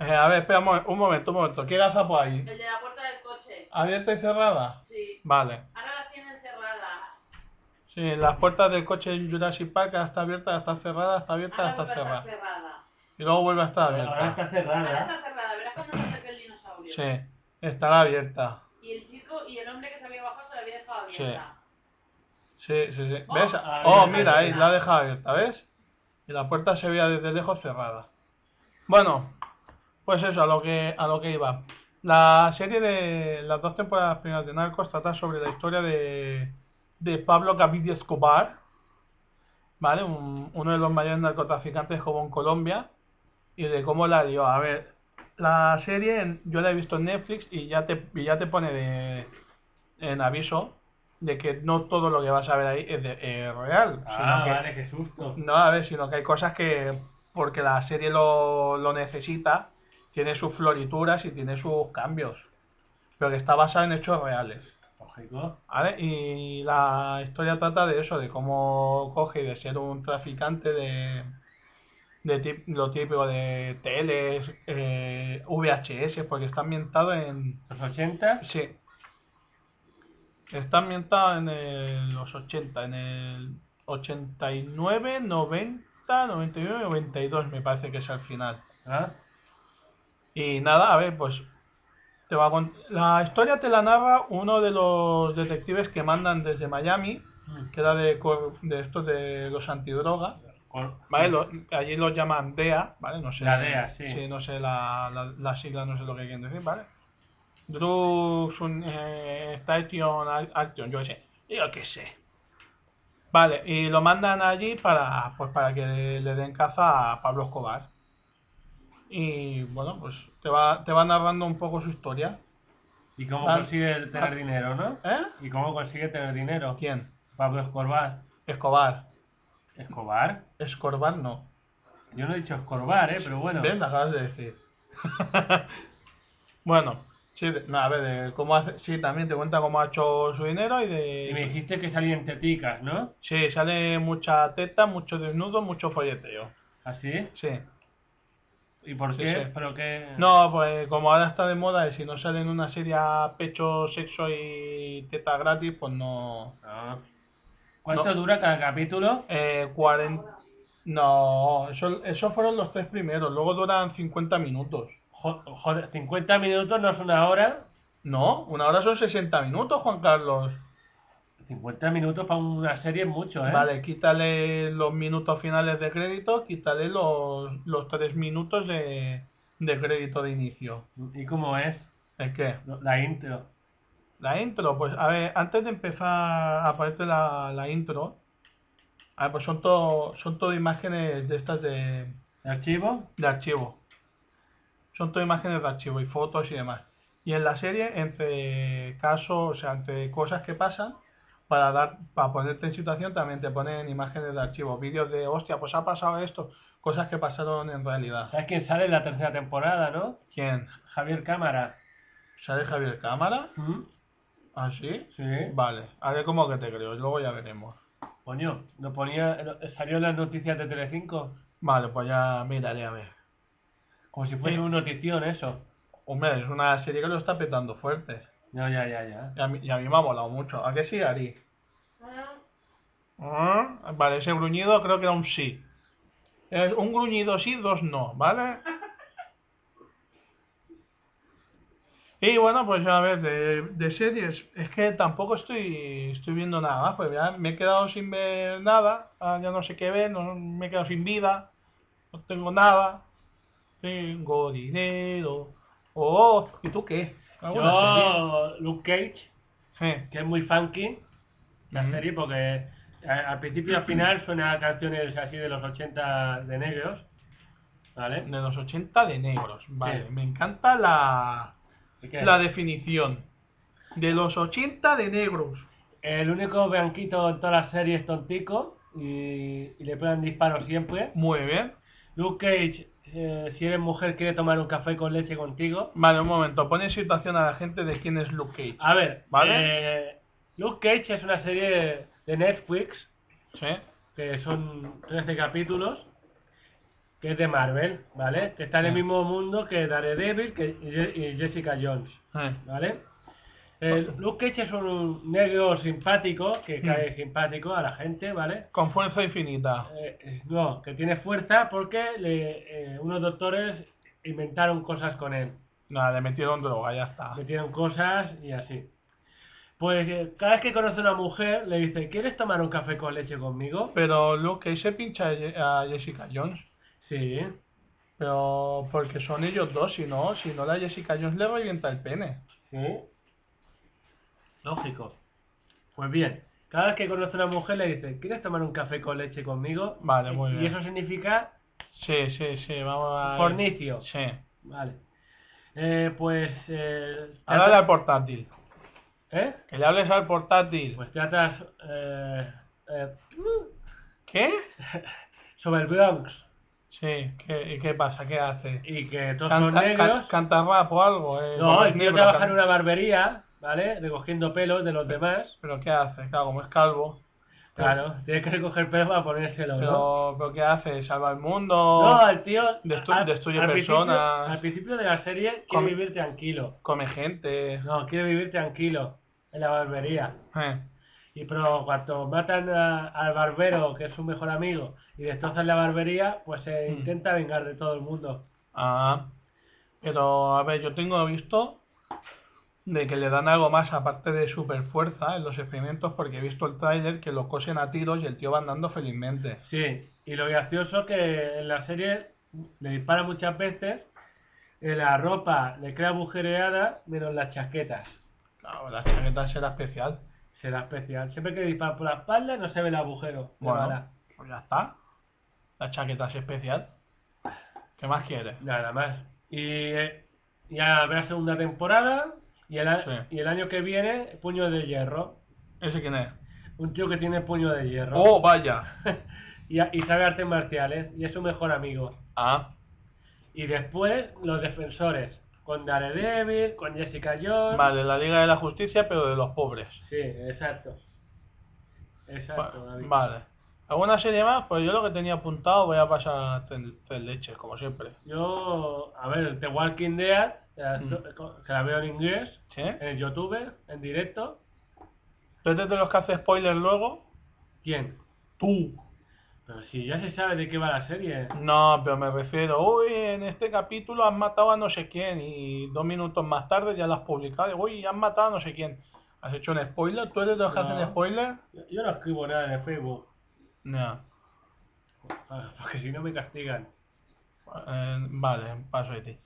B: Eh, a ver, espera un mo- un momento, un momento. ¿Qué gaza por ahí?
F: El de la puerta del coche.
B: ¿Abierta y cerrada?
F: Sí.
B: Vale.
F: Ahora las tienen cerradas.
B: Sí, las puertas del coche en Jurassic Park está abierta, está cerrada, está abierta,
F: Ahora
B: está
F: vuelve a estar
B: cerrada.
F: cerrada.
B: Y luego vuelve a estar
C: Ahora
B: abierta.
C: está
F: Ahora
C: cerrada.
F: está cerrada. Verás cuando se acerque el dinosaurio.
B: Sí, estará abierta.
F: Y el chico y el hombre que se había bajado se la había dejado
B: Sí.
F: abierta.
B: Sí, sí, sí. ¿Ves?
C: Ah,
B: Oh,
C: mira,
B: mira, ahí
F: mira.
B: la ha dejado abierta, ¿ves? Y la puerta se veía desde lejos cerrada. Bueno, pues eso, a lo que a lo que iba. La serie de las dos temporadas primeras de Narcos trata sobre la historia de, de Pablo Gavidia Escobar, ¿vale? Un- uno de los mayores narcotraficantes que hubo en Colombia y de cómo la dio. A ver, la serie en- yo la he visto en Netflix y ya te, y ya te pone de, en aviso de que no todo lo que vas a ver ahí es, de- es real.
C: Ah,
B: sino que-
C: vale, qué susto.
B: no, a ver, sino que hay cosas que, porque la serie lo, lo necesita, tiene sus florituras y tiene sus cambios, pero que está basada en hechos reales.
C: Lógico.
B: ¿vale? Y la historia trata de eso, de cómo coge de ser un traficante de, de tip- lo típico de teles, eh, VHS, porque está ambientado en...
C: Los 80,
B: Sí. Está ambientado en el- los 80, en el 89, 90, 91 y 92 me parece que es al final. ¿eh?
C: ¿ah?
B: Y nada, a ver, pues te va a cont- la historia te la narra uno de los detectives que mandan desde Miami, que era de, cor- de estos de los antidroga,
C: Con-
B: ¿vale? Lo- allí los llaman DEA, ¿vale? No sé,
C: La DEA, sí.
B: no sé la, la, la sigla, no sé lo que quieren decir, ¿vale? Drugs, un, eh, Station, Ac- Action, yo qué sé. Yo qué sé. Vale, y lo mandan allí para, pues, para que le den caza a Pablo Escobar. Y bueno, pues te va, te va narrando un poco su historia.
C: ¿Y cómo
B: Ah.
C: consigue tener dinero, no?
B: ¿Eh?
C: ¿Y cómo consigue tener dinero?
B: ¿Quién?
C: Pablo Escobar.
B: Escobar.
C: ¿Escobar?
B: Escobar no.
C: Yo no he dicho Escobar, ¿eh? Pero bueno.
B: ¿Ves? Me acabas de decir. bueno, sí, de- no, a ver, de cómo hace, sí, también te cuenta cómo ha hecho su dinero y de...
C: Y me dijiste que salían teticas, ¿no?
B: Sí, sale mucha teta, mucho desnudo, mucho folleteo.
C: ¿Así?
B: Sí.
C: ¿Y por
B: Sí,
C: qué?
B: sí.
C: ¿Pero qué?
B: No, pues como ahora está de moda y si no sale en una serie a pecho, sexo y teta gratis, pues no...
C: Ah. ¿Cuánto
B: No.
C: dura cada capítulo?
B: Eh, 40... No, eso, esos fueron los tres primeros, luego duran 50 minutos.
C: Jo- Joder, 50 minutos no es una hora.
B: No, una hora son 60 minutos, Juan Carlos.
C: 50 minutos para una serie es mucho, ¿eh?
B: Vale, quítale los minutos finales de crédito, quítale los, los tres minutos de, de crédito de inicio.
C: ¿Y cómo es
B: ¿El qué?
C: la intro?
B: La intro, pues a ver, antes de empezar aparece la, la intro. A ver, pues son todo son todo imágenes de estas de,
C: ¿El archivo?
B: de archivo. Son todo imágenes de archivo y fotos y demás. Y en la serie, entre casos, o sea, entre cosas que pasan, para dar, para ponerte en situación también te ponen imágenes de archivo, vídeos de hostia, pues ha pasado esto, cosas que pasaron en realidad.
C: ¿Sabes quién sale en la tercera temporada, no?
B: ¿Quién?
C: Javier Cámara.
B: ¿Sale Javier Cámara?
C: ¿Mm?
B: ¿Ah, sí?
C: Sí.
B: Vale, a ver cómo que te creo, luego ya veremos.
C: Coño, lo ponía, lo- salió en las noticias de Telecinco.
B: Vale, pues ya miraré a ver.
C: Como si fuese
B: Sí.
C: un notición eso.
B: Hombre, es una serie que lo está petando fuerte.
C: Ya, ya, ya, ya.
B: Y a mí, y a mí me ha volado mucho. ¿A qué sí, Ari?
F: Ah,
B: Ah, Vale, ese gruñido creo que era un sí. Es un gruñido sí, dos no, ¿vale? Y bueno, pues a ver, de, de series, es que tampoco estoy, estoy viendo nada más, pues ya me he quedado sin ver nada, ah, ya no sé qué ver, no, me he quedado sin vida, no tengo nada, tengo dinero, oh, ¿y tú qué? ¿Alguna serie?
C: Yo, Luke Cage,
B: Sí.
C: que es muy funky, la serie, porque a- al principio y al final suena a canciones así de los 80 de negros, ¿vale?
B: De los 80 de negros, vale,
C: Sí.
B: me encanta la,
C: Así que
B: la definición, de los 80 de negros,
C: El único blanquito en todas las series es Tontico, y, y le pegan disparos siempre.
B: muy bien.
C: Luke Cage, eh, si eres mujer, quiere tomar un café con leche contigo.
B: Vale, un momento, pon en situación a la gente de quién es Luke Cage,
C: A ver,
B: Vale.
C: eh, Luke Cage es una serie de Netflix,
B: ¿sí?
C: que son 13 capítulos, que es de Marvel, ¿vale? Que
B: Mm.
C: está en el mismo mundo que Daredevil que, y Je- y Jessica Jones,
B: Eh.
C: ¿vale? Eh, Luke Cage es un negro simpático,
B: Mm.
C: que cae simpático a la gente, ¿vale?
B: Con fuerza infinita.
C: Eh, eh, no, que tiene fuerza porque le- eh, unos doctores inventaron cosas con él.
B: Nada, le metieron droga, ya está.
C: metieron cosas y así. Pues eh, cada vez que conoce a una mujer le dice, ¿quieres tomar un café con leche conmigo?
B: Pero Luke Cage se pincha a Ye- a Jessica Jones.
C: Sí.
B: Pero porque son ellos dos, si no, si no la Jessica Jones le revienta el pene.
C: Sí. Lógico. Pues bien, cada vez que conoce a una mujer le dice, ¿quieres tomar un café con leche conmigo?
B: Vale,
C: Y-
B: muy
C: Y
B: bien.
C: eso significa
B: Sí, sí, sí, vamos a...
C: fornicio.
B: Sí.
C: Vale. Eh, pues... eh,
B: Háblale al
C: trata-
B: portátil.
C: ¿Eh?
B: Que le hables al portátil.
C: Pues tratas... eh, eh,
B: ¿Qué?
C: sobre el Bronx
B: Sí, ¿qué, ¿y qué pasa? ¿Qué hace?
C: y que todos son
B: ¿Canta,
C: negros.
B: ca- canta rap o algo? eh,
C: No,
B: como
C: el
B: es
C: tío
B: negro,
C: trabaja en
B: can-
C: una barbería, ¿vale? Recogiendo pelos de los demás.
B: ¿Pero qué hace? Claro, como es calvo.
C: Claro, tiene que recoger pelos para ponérselo, ¿no?
B: Pero, ¿pero qué hace? ¿Salva el mundo?
C: No, eh. el tío
B: Destru-
C: al-
B: destruye
C: al principio-
B: personas.
C: al principio de la serie quiere
B: Come-
C: vivir tranquilo.
B: ¿Come gente?
C: No, quiere vivir tranquilo en la barbería.
B: Eh.
C: Y pero cuando matan a- al barbero, que es su mejor amigo, y destrozan la barbería, pues se
B: Mm.
C: intenta vengar de todo el mundo.
B: Ah, pero a ver, yo tengo visto de que le dan algo más aparte de super fuerza en los experimentos porque he visto el tráiler que lo cosen a tiros y el tío va andando felizmente.
C: Sí, y lo gracioso que en la serie le dispara muchas veces, eh, la ropa le crea agujereada menos las chaquetas.
B: Claro, la chaqueta será especial.
C: Será especial. Siempre que dispara por la espalda no se ve el agujero. de bala.
B: Bueno, pues ya está. La chaqueta es especial. ¿Qué más quieres?
C: Nada más. Y eh, ya habrá segunda temporada y el, a-
B: Sí.
C: y el año que viene Puño de Hierro.
B: ¿Ese quién es?
C: Un tío que tiene Puño de Hierro.
B: Oh, vaya.
C: y, a- y sabe artes marciales y es su mejor amigo.
B: Ah,
C: Y después los defensores. Con Daredevil, con Jessica Jones.
B: vale, la Liga de la Justicia, pero de los pobres.
C: Sí, eh, exacto. Exacto,
B: Va-
C: David.
B: Vale. ¿Alguna serie más? Pues yo lo que tenía apuntado voy a pasar a tres tres leches, como siempre.
C: Yo, a ver, The Walking Dead, eh,
B: Mm.
C: to- que la veo en inglés,
B: ¿Sí?
C: en YouTube, en directo.
B: ¿Tú eres de los que hace spoilers luego?
C: ¿Quién?
B: Tú.
C: Pero si ya se sabe de qué va la serie.
B: No, pero me refiero, uy, en este capítulo han matado a no sé quién y dos minutos más tarde ya las publicado, uy, han matado a no sé quién. ¿Has hecho un spoiler? ¿Tú eres de los que
C: No.
B: hacen spoiler?
C: Yo no escribo nada en el Facebook,
B: No.
C: ah, porque si no me castigan.
B: Eh, vale, paso de ti.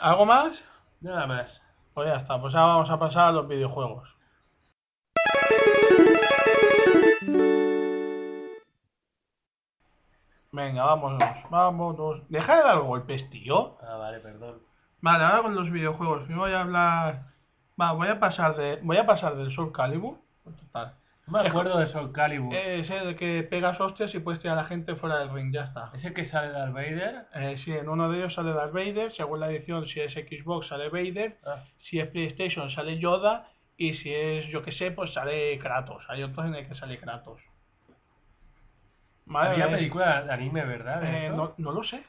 B: ¿Algo más?
C: Nada más.
B: Pues ya está, pues ahora vamos a pasar a los videojuegos. Venga, vámonos, vámonos. Deja de dar golpes, tío.
C: Ah, vale, perdón.
B: Vale, ahora con los videojuegos. Me voy a hablar. Va, voy a pasar de. Voy a pasar del Soul Calibur. Total.
C: No me acuerdo de Soul Calibur.
B: Eh, Es el que pegas hostias y puedes tirar a la gente fuera del ring, ya está.
C: ¿Ese que sale Darth Vader?
B: Eh, sí, en uno de ellos sale Darth Vader, según la edición, si es Xbox sale Vader,
C: Ah.
B: si es PlayStation sale Yoda y si es, yo que sé, pues sale Kratos. Hay otros en el que sale Kratos. Vale,
C: Había
B: eh,
C: película de anime, ¿verdad? de
B: eh,
C: eso?
B: no, no lo sé.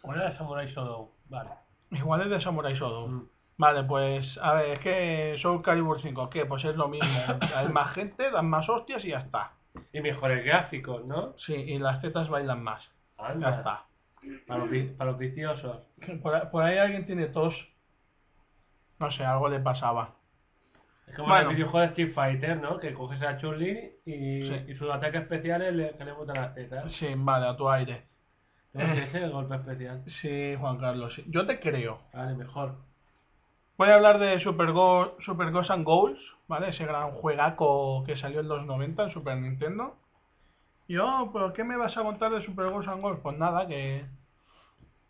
C: ¿O era de Samurai Shodown? Vale.
B: Igual es de Samurai Shodown.
C: Mm.
B: Vale, pues, a ver, es que Soul Calibur 5, ¿qué? Pues es lo mismo. Hay más gente, dan más hostias y ya está.
C: Y mejores gráficos, ¿no?
B: Sí, y las tetas bailan más. Ya
C: Anda.
B: está.
C: Para los, vi- para los viciosos.
B: Por, por ahí alguien tiene tos. No sé, algo le pasaba.
C: Es como
B: Bueno.
C: el videojuego de Street Fighter, ¿no? Que coges a Chun-Li y,
B: Sí.
C: y sus ataques especiales le, que le botan las tetas.
B: Sí, vale, a tu aire.
C: ¿No? Ese es el golpe especial.
B: Sí, Juan Carlos, sí. yo te creo.
C: Vale, mejor.
B: Voy a hablar de Super, Go Super Ghost and Goals, ¿vale? Ese gran juegaco que salió en los 90 en Super Nintendo. Y oh, ¿pero qué me vas a contar de Super Ghost and Goals? Pues nada, que.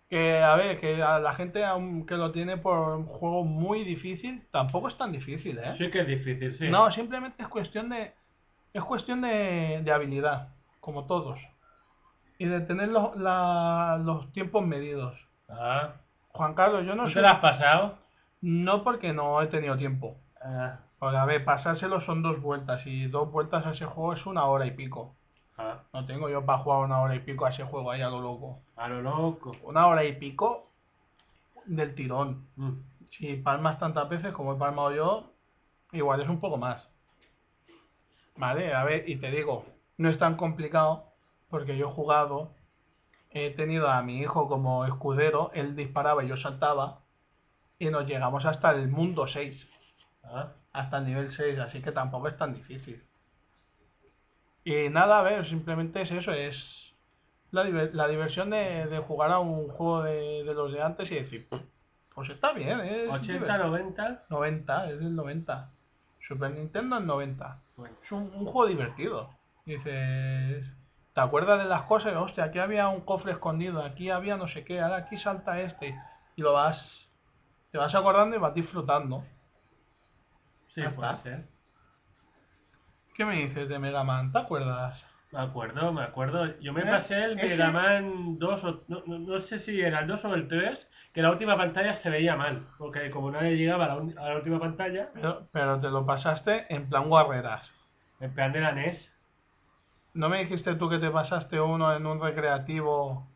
B: Que a ver, que a la gente aun que lo tiene por un juego muy difícil, tampoco es tan difícil, ¿eh?
C: Sí que es difícil, sí.
B: No, simplemente es cuestión de. Es cuestión de, de habilidad, como todos. Y de tener los, la- los tiempos medidos.
C: Ah.
B: Juan Carlos, yo no
C: ¿Tú
B: sé.
C: te lo has pasado?
B: No porque no he tenido tiempo.
C: Ah.
B: Porque, a ver, pasárselo son dos vueltas y dos vueltas a ese juego es una hora y pico.
C: Ah.
B: No tengo yo para jugar una hora y pico a ese juego ahí a lo loco.
C: A lo loco.
B: Una hora y pico del tirón.
C: Mm.
B: Si palmas tantas veces como he palmado yo, igual es un poco más. Vale, a ver, y te digo, no es tan complicado porque yo he jugado, he tenido a mi hijo como escudero, él disparaba y yo saltaba y nos llegamos hasta el mundo 6
C: Ah.
B: hasta el nivel 6, así que tampoco es tan difícil. Y nada, a ver, simplemente es eso, es la, diver- la diversión de, de jugar a un juego de, de los de antes y decir, pues está bien, es
C: 80,
B: diver-
C: 90.
B: 90, es del 90. Super Nintendo es 90.
C: Bueno.
B: Es un, un juego divertido. Dices, ¿te acuerdas de las cosas? Hostia, aquí había un cofre escondido, aquí había no sé qué, ahora aquí salta este. Y lo vas, te vas acordando y vas disfrutando.
C: Sí,
B: Ya
C: puede
B: está.
C: ser.
B: ¿Qué me dices de Mega Man? ¿Te acuerdas?
C: Me acuerdo, me acuerdo. Yo me
B: Ese-
C: pasé el
B: ese-
C: Mega Man 2, o, no, no- no sé si era el 2 o el 3, que la última pantalla se veía mal, porque como nadie llegaba a la, un- a la última pantalla,
B: Pero, pero te lo pasaste en plan guarreras.
C: en plan de la E NES,
B: ¿No me dijiste tú que te pasaste uno en un recreativo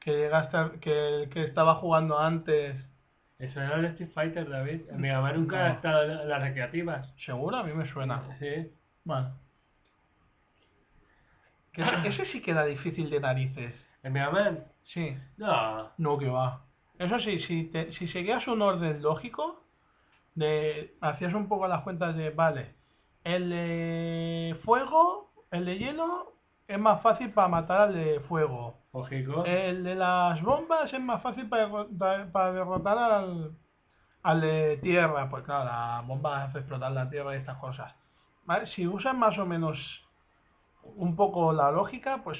B: que llegaste a- que el que estaba jugando antes?
C: eso era el Street Fighter, David. El Mega Man nunca ha
B: No.
C: estado en la- en las recreativas.
B: Seguro, a mí me suena.
C: Sí.
B: Bueno. Que ese, ese sí que era difícil de narices.
C: ¿El Ah. Mega Man?
B: Sí.
C: No.
B: No, que va. Eso sí, si, te- si seguías un orden lógico, de, hacías un poco las cuentas de, vale, el de fuego, el de hielo, es más fácil para matar al de fuego.
C: Lógico.
B: El de las bombas es más fácil para derrotar, para derrotar al, al de tierra, pues claro, las bombas hace explotar la tierra y estas cosas. ¿Vale? Si usas más o menos un poco la lógica, pues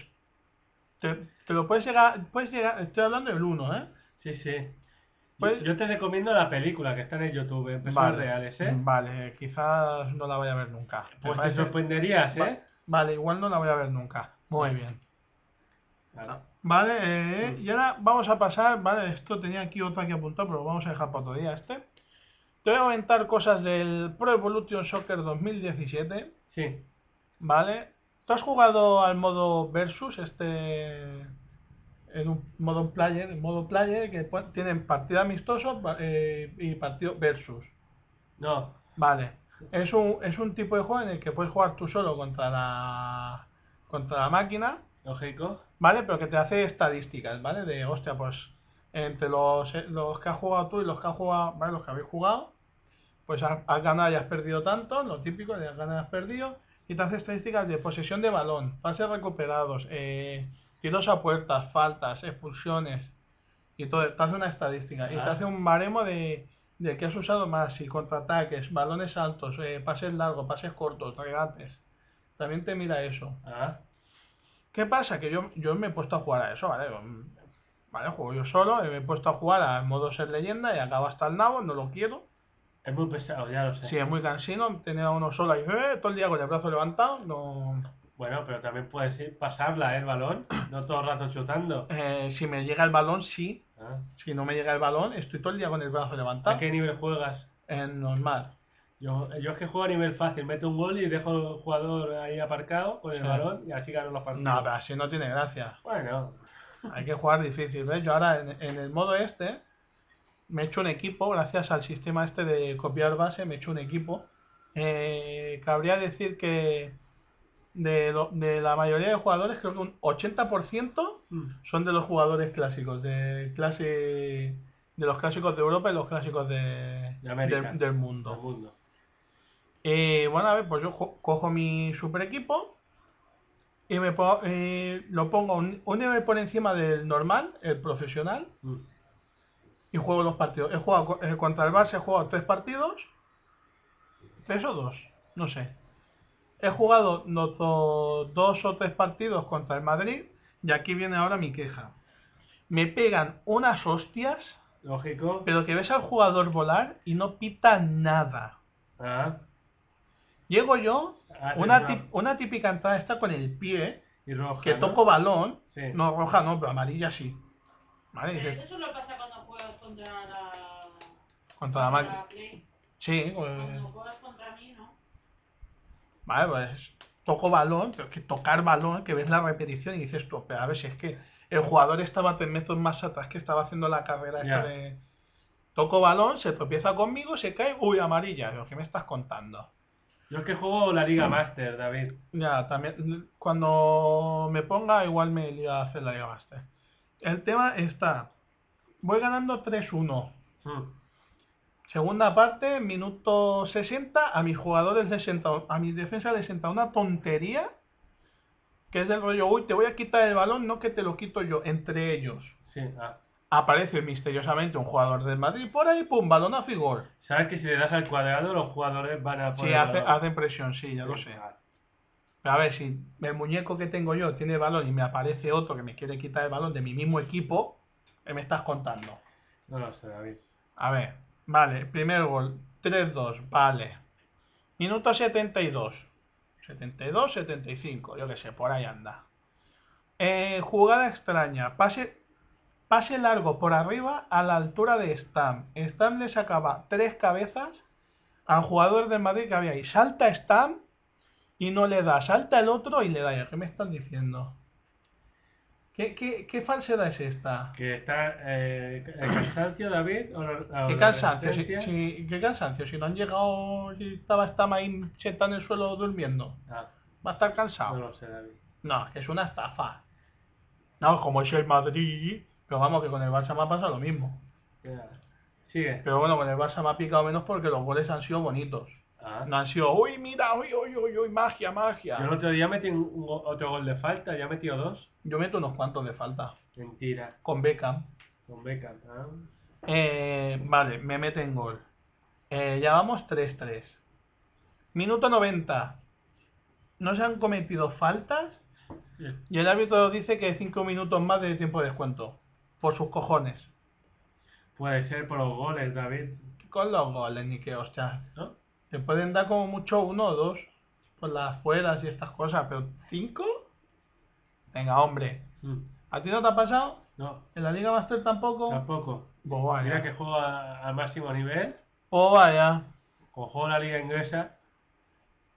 B: te, te lo puedes llegar, puedes llegar, estoy hablando del 1, ¿eh?
C: Sí, sí.
B: Pues-
C: yo te recomiendo la película que está en el YouTube, en personas reales, ¿eh?
B: Mm, Vale, quizás no la voy a ver nunca. ¿Te
C: Pues te
B: parece?
C: sorprenderías,
B: Va-
C: ¿eh?
B: Vale, igual no la voy a ver nunca. Muy bien.
C: Claro.
B: Vale, eh, y ahora vamos a pasar, vale, esto tenía aquí otra que apuntar, pero lo vamos a dejar para otro día este. Te voy a comentar cosas del Pro Evolution Soccer 2017,
C: Sí.
B: ¿vale? ¿Tú has jugado al modo versus, este, en un modo player, en modo player que pu- tienen partido amistoso pa- eh, y partido versus?
C: No.
B: Vale. Es un, es un tipo de juego en el que puedes jugar tú solo contra la, contra la máquina,
C: Lógico.
B: ¿vale? Pero que te hace estadísticas, ¿vale? De, hostia, pues entre los, eh, los que has jugado tú y los que, has jugado, ¿vale? los que habéis jugado, pues has, has ganado y has perdido tanto, lo típico de has ganado y has perdido, y te hace estadísticas de posesión de balón, pases recuperados, eh, tiros a puertas, faltas, expulsiones, y todo, te hace una estadística, y te
C: Ah.
B: hace un baremo de, de qué has usado más, y contraataques, balones altos, eh, pases largos, pases cortos, regates. También te mira eso.
C: Ah.
B: ¿Qué pasa? Que yo, yo me he puesto a jugar a eso, ¿vale? Mm, Vale, juego yo solo, eh, me he puesto a jugar a modo ser leyenda y acabo hasta el nabo, no lo quiero.
C: Es muy pesado, ya lo sé.
B: Sí, es muy cansino, tener a uno solo ahí, eh, todo el día con el brazo levantado, no...
C: Bueno, pero también puedes ir, pasarla, ¿eh? El balón. No todo el rato chutando.
B: Eh, si me llega el balón, sí.
C: Ah.
B: Si no me llega el balón, estoy todo el día con el brazo
C: ¿A
B: levantado.
C: qué nivel juegas?
B: En normal.
C: Ah. Yo, yo es que juego a nivel fácil. Meto un gol y dejo al jugador ahí aparcado con el
B: Sí.
C: balón y así gano los partidos.
B: No, pero Pues así no tiene gracia.
C: Bueno.
B: Hay que jugar difícil, ¿ves? Yo ahora en, en el modo este me he hecho un equipo, gracias al sistema este de copiar base, me he hecho un equipo. Eh, cabría decir que de, lo- de la mayoría de jugadores, creo que un 80%
C: Mm.
B: son de los jugadores clásicos, de clase de los clásicos de Europa y los clásicos de,
C: De América.
B: del- del mundo.
C: Del mundo.
B: Eh, bueno, a ver, pues yo co- cojo mi super equipo y me po- eh, lo pongo un, un nivel por encima del normal, el profesional,
C: Mm.
B: y juego dos partidos. He jugado co- eh, contra el Barça, he jugado tres partidos, tres o dos, no sé. He jugado los do- dos o tres partidos contra el Madrid y aquí viene ahora mi queja. Me pegan unas hostias,
C: Lógico.
B: pero que ves al jugador volar y no pita nada.
C: Ah,
B: Llego yo,
C: Ah,
B: una,
C: sí,
B: tip- una típica entrada está con el pie,
C: y roja.
B: que
C: ¿no?
B: toco balón,
C: Sí.
B: no roja no, pero amarilla sí. ¿Vale?
F: Pero
B: Dices,
F: eso solo pasa cuando juegas contra la...
B: contra
F: contra
B: la máquina.
F: la Play.
B: Sí, pues,
F: Cuando juegas contra mí, ¿no?
B: vale, pues toco balón, pero que tocar balón, que ves la repetición y dices tú, pero a ver si es que el jugador estaba tres metros más atrás que estaba haciendo la carrera esta
C: Ya.
B: de... Toco balón, se tropieza conmigo, se cae, uy, amarilla, lo que me estás contando.
C: Yo es que juego la
B: Mm.
C: Liga Master, David.
B: Ya, también, cuando me ponga igual me lío a hacer la Liga Master. El tema está, voy ganando 3-1.
C: Mm.
B: Segunda parte, minuto 60, a mis jugadores les senta, a mi defensa les senta una tontería, que es del rollo, uy, te voy a quitar el balón, no que te lo quito yo, entre ellos.
C: Sí, ah.
B: Aparece misteriosamente un jugador del Madrid por ahí, pum, balón a figor.
C: Sabes que si le das al cuadrado, los jugadores van a
B: Sí,
C: poner.
B: hace, hacen presión, sí, ya lo
C: Ah, Sí.
B: sé. Pero a ver, si el muñeco que tengo yo tiene el balón y me aparece otro que me quiere quitar el balón de mi mismo equipo, ¿qué me estás contando?
C: No lo sé, David.
B: A ver, vale, primer gol, 3-2, vale. Minuto 72. 72, 75, yo qué sé, por ahí anda. Eh, jugada extraña, pase, pase largo por arriba a la altura de Stam. Stam le sacaba tres cabezas al jugador del Madrid que había ahí. Salta Stam y no le da, salta el otro y le da. ¿Qué me están diciendo? ¿Qué, qué, qué falsedad es esta?
C: Que está eh, el cansancio, David. O la- o
B: Qué
C: la
B: cansancio, si,
C: resistencia.
B: si- qué cansancio, si no han llegado, si estaba Stama ahí sentado en el suelo durmiendo,
C: Ah,
B: va a estar
C: no
B: cansado.
C: lo sé, David.
B: No, es que es una estafa. No, como es el Madrid, pero vamos, que con el Barça me ha pasado lo mismo.
C: Ya. Sigue.
B: Pero bueno, con el Barça me ha picado menos porque los goles han sido bonitos.
C: Ah.
B: No han sido, uy, mira, uy, uy, uy, uy, magia, magia.
C: Yo el otro día metí un- un go- otro gol de falta, ya he metido dos.
B: Yo meto unos cuantos de falta,
C: Mentira,
B: con Beckham.
C: con Beckham. ah.
B: Eh, vale, me meten gol. Eh, ya vamos 3-3. Minuto 90. No se han cometido faltas. Y el árbitro dice que 5 minutos más de tiempo de descuento. Por sus cojones.
C: Puede ser por los goles, David.
B: Con los goles, ni que hostia.
C: ¿No?
B: Te pueden dar como mucho uno o dos. Por las fueras y estas cosas. Pero ¿cinco? Venga, hombre.
C: Mm,
B: ¿A ti no te ha pasado?
C: No,
B: ¿En la Liga Master tampoco?
C: tampoco.
B: Pues vaya.
C: Mira que juego a- al máximo nivel,
B: Pues vaya.
C: o juego la liga inglesa,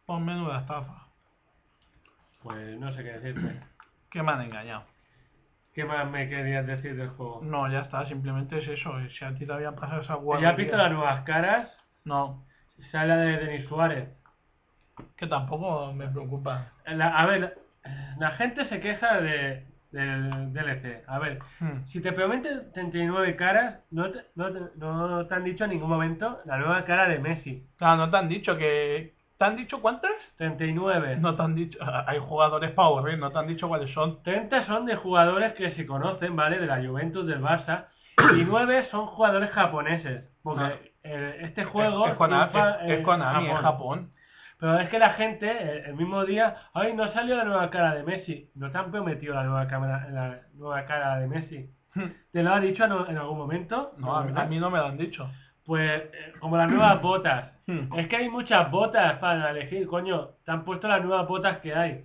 B: Pues menuda estafa.
C: pues no sé qué decirte.
B: Que me han engañado.
C: ¿Qué más me querías decir del juego?
B: No, ya está, simplemente es eso. eh, Si a ti te habían pasado esa
C: ¿Ya
B: guardería...
C: has visto las nuevas caras?
B: No,
C: Sale la de Denis Suárez.
B: que tampoco me preocupa.
C: La- a ver, la gente se queja de, del DLC. A ver,
B: Hmm.
C: si te prometen 39 caras, no te, no, te, no te han dicho en ningún momento la nueva cara de Messi.
B: Claro, Ah, no te han dicho que... ¿Te han dicho cuántas?
C: 39.
B: No te han dicho... ah, Hay jugadores para aburrir, no te han dicho cuáles son.
C: 30 son de jugadores que se conocen, ¿vale? De la Juventus, del Barça. Y 9 son jugadores japoneses. Porque
B: Ah.
C: eh, este juego
B: es, es Konami,
C: triunfa
B: es, es
C: en
B: Konami, en
C: Japón.
B: Japón.
C: Pero es que la gente, eh, el mismo día, ay, no salió la nueva cara de Messi. No te han prometido la nueva, cámara, la nueva cara de Messi. ¿Te lo ha dicho en, en algún momento?
B: Hmm. No, a mí, a mí no me lo han dicho.
C: Pues eh, como las nuevas botas.
B: Hmm.
C: Es que hay muchas botas para elegir, coño. Te han puesto las nuevas botas que hay.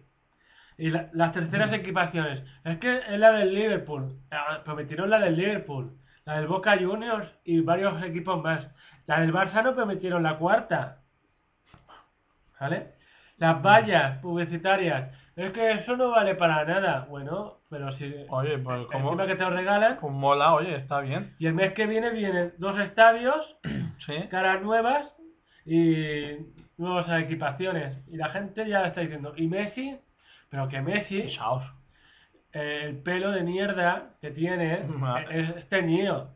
C: Y la- las terceras equipaciones. Es que es la del Liverpool. Ah, Prometieron la del Liverpool. La del Boca Juniors y varios equipos más. La del Barça no prometieron la cuarta. ¿Vale? Las vallas publicitarias. Es que eso no vale para nada. Bueno, pero si...
B: Oye, pues como...
C: Encima que te lo regalan.
B: Pues mola, oye, está bien.
C: Y el mes que viene vienen dos estadios
B: Sí.
C: caras nuevas y nuevas equipaciones. Y la gente ya está diciendo, ¿y Messi? Pero que Messi,
B: Fijaos.
C: eh, el pelo de mierda que tiene,
B: Ma-
C: eh, es teñido.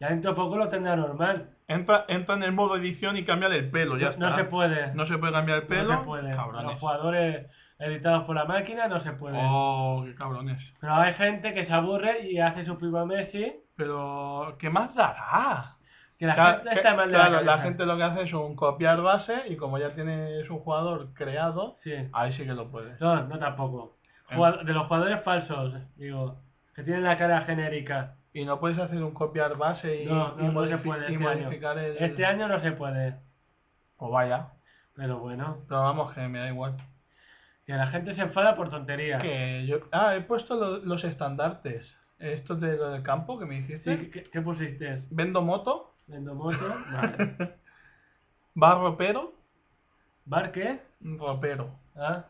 C: Ya dentro de poco lo tendrá normal.
B: Entra, entra en el modo edición y cambiar el pelo, Pues ya
C: no
B: está.
C: se puede.
B: No se puede cambiar el pelo.
C: No se puede. Los
B: Cabrones.
C: jugadores editados por la máquina no se pueden.
B: Oh, qué cabrones.
C: Pero hay gente que se aburre y hace su prima Messi.
B: Pero, ¿qué más dará?
C: Que la
B: Ah. Claro,
C: gente
B: que-
C: está mal de
B: claro,
C: la,
B: la
C: cabeza.
B: gente lo que hace es un copiar base y como ya tienes un jugador creado,
C: Sí.
B: ahí sí que lo puedes.
C: No, no tampoco.
B: Eh.
C: Jugad- De los jugadores falsos, digo, que tienen la cara genérica.
B: Y no puedes hacer un copiar base y,
C: No, no,
B: y
C: no
B: modifi-
C: se puede
B: y
C: este año.
B: modificar el...
C: Este año no se puede.
B: Eh. O vaya.
C: Pero bueno,
B: Pero vamos, que me da igual.
C: que la gente se enfada por tonterías.
B: Que yo... Ah, he puesto lo- los estandartes. Estos de lo del campo que me dijiste.
C: Sí, ¿qué- ¿Qué, qué pusiste?
B: Vendo moto,
C: ¿Vendomoto? Vale.
B: va ropero,
C: ¿Bar qué?
B: ropero.
C: Ah,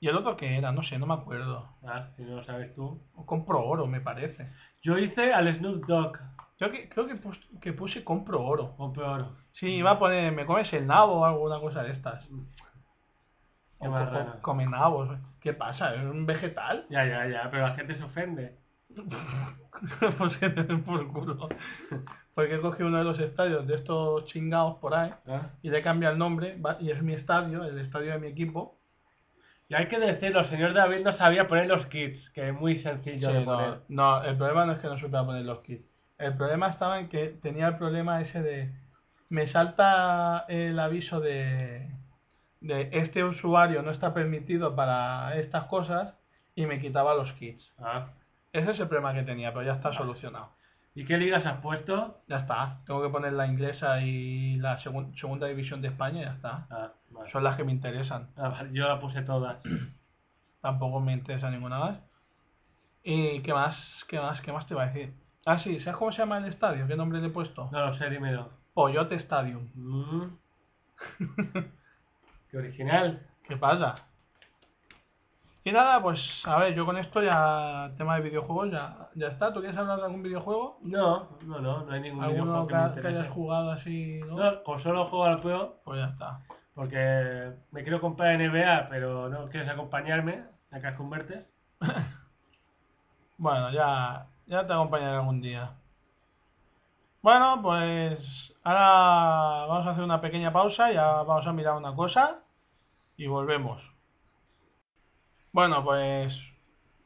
B: ¿Y el otro que era? No sé, no me acuerdo.
C: ah, si no lo sabes tú.
B: O compro oro, me parece.
C: Yo hice al Snoop Dogg,
B: Creo que, creo que, pus- que puse compro oro.
C: o peor.
B: Sí, iba a poner, me comes el nabo o alguna cosa de estas.
C: Mm. Qué
B: O co-
C: marrano.
B: o come nabos. ¿Qué pasa? ¿Es un vegetal?
C: Ya, ya, ya, pero la gente se ofende.
B: pues que te den por culo. Porque he cogido uno de los estadios de estos chingados por ahí
C: Ah.
B: y le he cambiado el nombre va- y es mi estadio, el estadio de mi equipo.
C: Y hay que decirlo, señor David no sabía poner los kits, que es muy sencillo
B: Sí,
C: de
B: no,
C: poner.
B: no, el problema no es que no supiera poner los kits. El problema estaba en que tenía el problema ese de... Me salta el aviso de, de este usuario no está permitido para estas cosas y me quitaba los kits.
C: Ah.
B: Ese es el problema que tenía, pero ya está solucionado.
C: ¿Y qué ligas has puesto?
B: Ya está. Tengo que poner la inglesa y la segun- segunda división de España y ya está.
C: Ah, vale.
B: Son las que me interesan.
C: Ah, vale, yo la puse todas.
B: Tampoco me interesa ninguna más. ¿Y qué más? ¿Qué más? ¿Qué más te va a decir? Ah, sí. ¿Sabes cómo se llama el estadio? ¿Qué nombre le he puesto?
C: No lo sé, dímelo.
B: Pollote Stadium.
C: Mm. qué original.
B: ¿Qué pasa? Y nada, pues a ver, yo con esto ya... Tema de videojuegos ya, ya está. ¿Tú quieres hablar de algún videojuego?
C: No, no, no, no hay ningún
B: ¿Alguno
C: videojuego
B: que,
C: que me
B: que hayas
C: interese.
B: jugado así? ¿no?
C: No, con solo juego al juego,
B: Pues ya está.
C: porque me quiero comprar NBA, pero no quieres acompañarme, acá convertes.
B: Bueno, ya, ya te acompañaré algún día. Bueno, pues ahora vamos a hacer una pequeña pausa, ya vamos a mirar una cosa y volvemos. Bueno, pues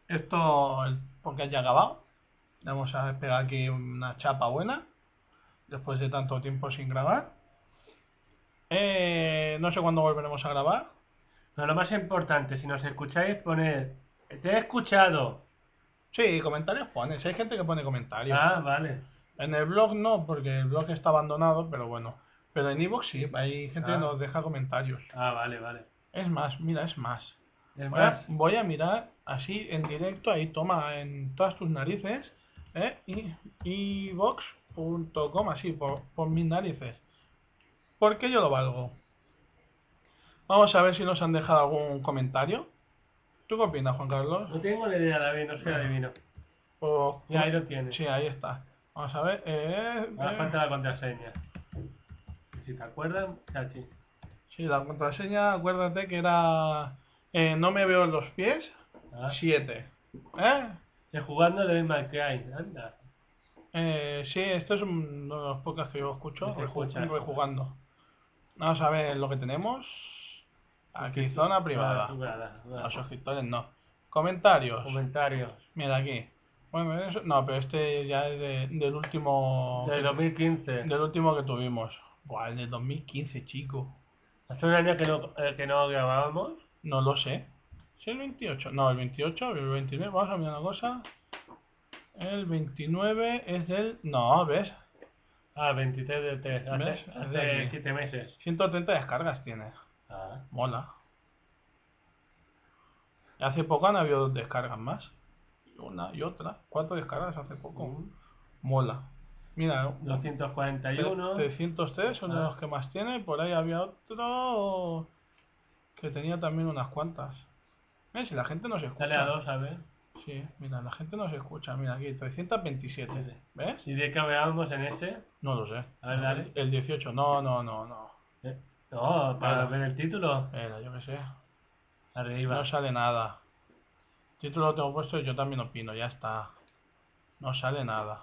B: esto el podcast ya ha acabado. Vamos a esperar aquí una chapa buena, después de tanto tiempo sin grabar. Eh, no sé cuándo volveremos a grabar.
C: Pero lo más importante, si nos escucháis, poned, te he escuchado.
B: Sí, comentarios pones, hay gente que pone comentarios.
C: Ah, vale.
B: En el blog no, porque el blog está abandonado, pero bueno. Pero en iVoox sí, hay gente que
C: Ah.
B: nos deja comentarios.
C: Ah, vale, vale.
B: Es más, mira, es más.
C: Es
B: Voy a-
C: más,
B: voy a mirar así en directo, ahí toma en todas tus narices, ¿eh? y iVoox.com, así, por, por mis narices. Porque yo lo valgo. Vamos a ver si nos han dejado algún comentario. ¿Tú qué opinas, Juan Carlos?
C: no tengo ni idea, David, no soy adivino.
B: O-
C: Ya, ahí lo tienes.
B: Sí, ahí está. Vamos a ver. eh,
C: Ahora
B: eh.
C: falta la contraseña. Si te acuerdas, chachi.
B: Sí, la contraseña, acuérdate que era eh, no me veo en los pies,
C: Ah,
B: 7. ¿Eh?
C: que jugando le doy McCray, anda.
B: Eh, sí, esto es un- uno de los podcasts que yo escucho,
C: Que
B: reju-
C: escuchas.
B: rejugando. Vamos a ver lo que tenemos. Aquí, zona privada.
C: Ah, privada, vale.
B: Los suscriptores no. Comentarios.
C: Comentarios.
B: Mira aquí. Bueno, eso- no, pero este ya es de- del último
C: Del 2015.
B: del último que tuvimos. Buah, el del 2015, chico.
C: Hace un año que no, eh, que no grabábamos.
B: No lo sé. Si el 28? No, el 28, el 29. Vamos a mirar una cosa. El 29 es del... No, ¿ves?
C: Ah, 23 de 3. Hace,
B: ¿Ves? Hace aquí.
C: 7 meses.
B: 130 descargas tiene.
C: Ah,
B: Mola. Y Hace poco han habido dos descargas más. Y Una y otra. Cuatro descargas hace poco.
C: Mm.
B: Mola. Mira,
C: 241.
B: 303 son de
C: Ah.
B: los que más tiene. Por ahí había otro que tenía también unas cuantas. ¿Ves? Si la gente no se escucha.
C: Dale a 2, a ver.
B: Sí, mira, la gente nos escucha. Mira, aquí, 327. ¿Ves?
C: ¿Y de qué grabábamos en ese?
B: No lo sé.
C: A ver, dale.
B: El 18. No, no, no, no.
C: Eh, No, para
B: Vale.
C: ver el título.
B: Era, yo qué sé.
C: Arriba.
B: No sale nada. Título lo tengo puesto y yo también opino, ya está. No sale nada.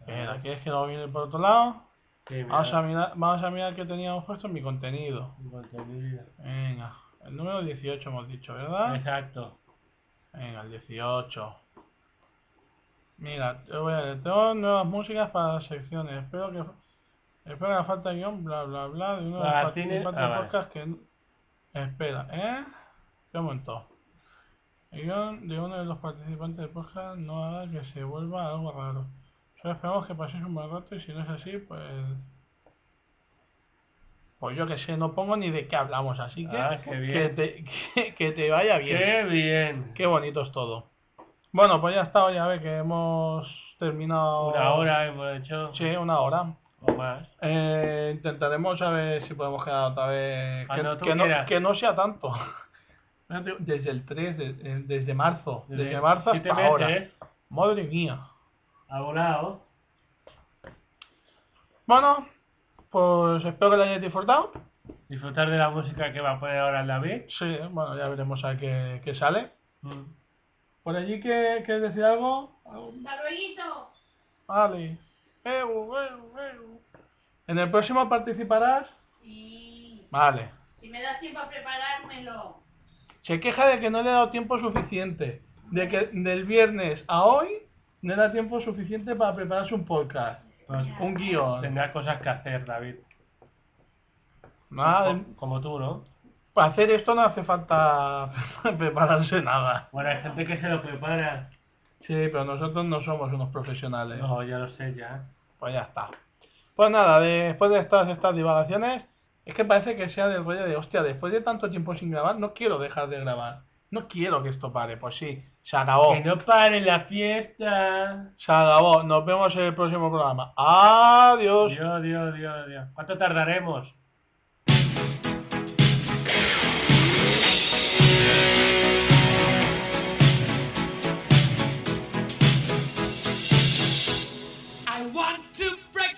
C: Ah,
B: ver, aquí es que no viene por otro lado.
C: Sí, mira,
B: Vamos a mirar, vamos a mirar que teníamos puesto en mi contenido.
C: un contenido.
B: Venga, el número 18 hemos dicho, ¿verdad?
C: Exacto.
B: Venga, el 18. Mira, te voy a leer, tengo nuevas músicas para las secciones. Espero que espero que la falta de guión, bla, bla, bla, de uno de los
C: Ah, tiene-
B: participantes
C: ah,
B: del
C: vale.
B: podcast que... n- Espera, ¿eh? ¿Qué momento? El guión de uno de los participantes del podcast no haga que se vuelva algo raro. Solo esperamos que paséis un buen rato y si no es así, pues... Pues yo que sé, no pongo ni de qué hablamos, así que...
C: Ah, qué
B: que,
C: bien.
B: te, que, que te vaya bien.
C: Qué bien.
B: Qué bonito es todo. Bueno, pues ya está, oye, a ver, que hemos terminado...
C: Una hora hemos hecho.
B: Sí, una hora.
C: O más.
B: Eh, intentaremos a ver si podemos quedar otra vez... Que,
C: Cuando Ah, tú
B: que no,
C: quieras.
B: que no sea tanto. Ya te digo, Desde el 3, de- eh, desde marzo. Desde, marzo
C: siete
B: hasta
C: meses,
B: ahora.
C: ¿eh?
B: Madre mía.
C: Ha volado.
B: Bueno, pues espero que lo hayáis disfrutado.
C: Disfrutar de la música que va a poner ahora el David.
B: Sí, bueno, ya veremos a ver qué, qué sale.
C: Mm.
B: Por allí, que quieres decir algo? ¿Algo?
F: ¡Hasta luego!
B: Vale. Eu, eu, eu. En el próximo participarás.
F: Sí.
B: Vale.
F: Si me das tiempo a preparármelo.
B: Se queja de que no le he dado tiempo suficiente. De que del viernes a hoy no le da tiempo suficiente para prepararse un podcast.
C: Pues
B: Un guión.
C: tendrás cosas que hacer, David.
B: Nada,
C: Co- Como tú, ¿no?
B: para hacer esto no hace falta prepararse nada.
C: Bueno, hay gente que se lo prepara.
B: Sí, pero nosotros no somos unos profesionales.
C: No, ya lo sé, ya.
B: Pues ya está. Pues nada, después de todas estas divagaciones, es que parece que sea del rollo de, hostia, después de tanto tiempo sin grabar, no quiero dejar de grabar. No quiero que esto pare. Pues sí, se acabó.
C: Que no pare la fiesta.
B: Se acabó. Nos vemos en el próximo programa. Adiós.
C: Dios, Dios, Dios, Dios. ¿Cuánto tardaremos?
H: I want to break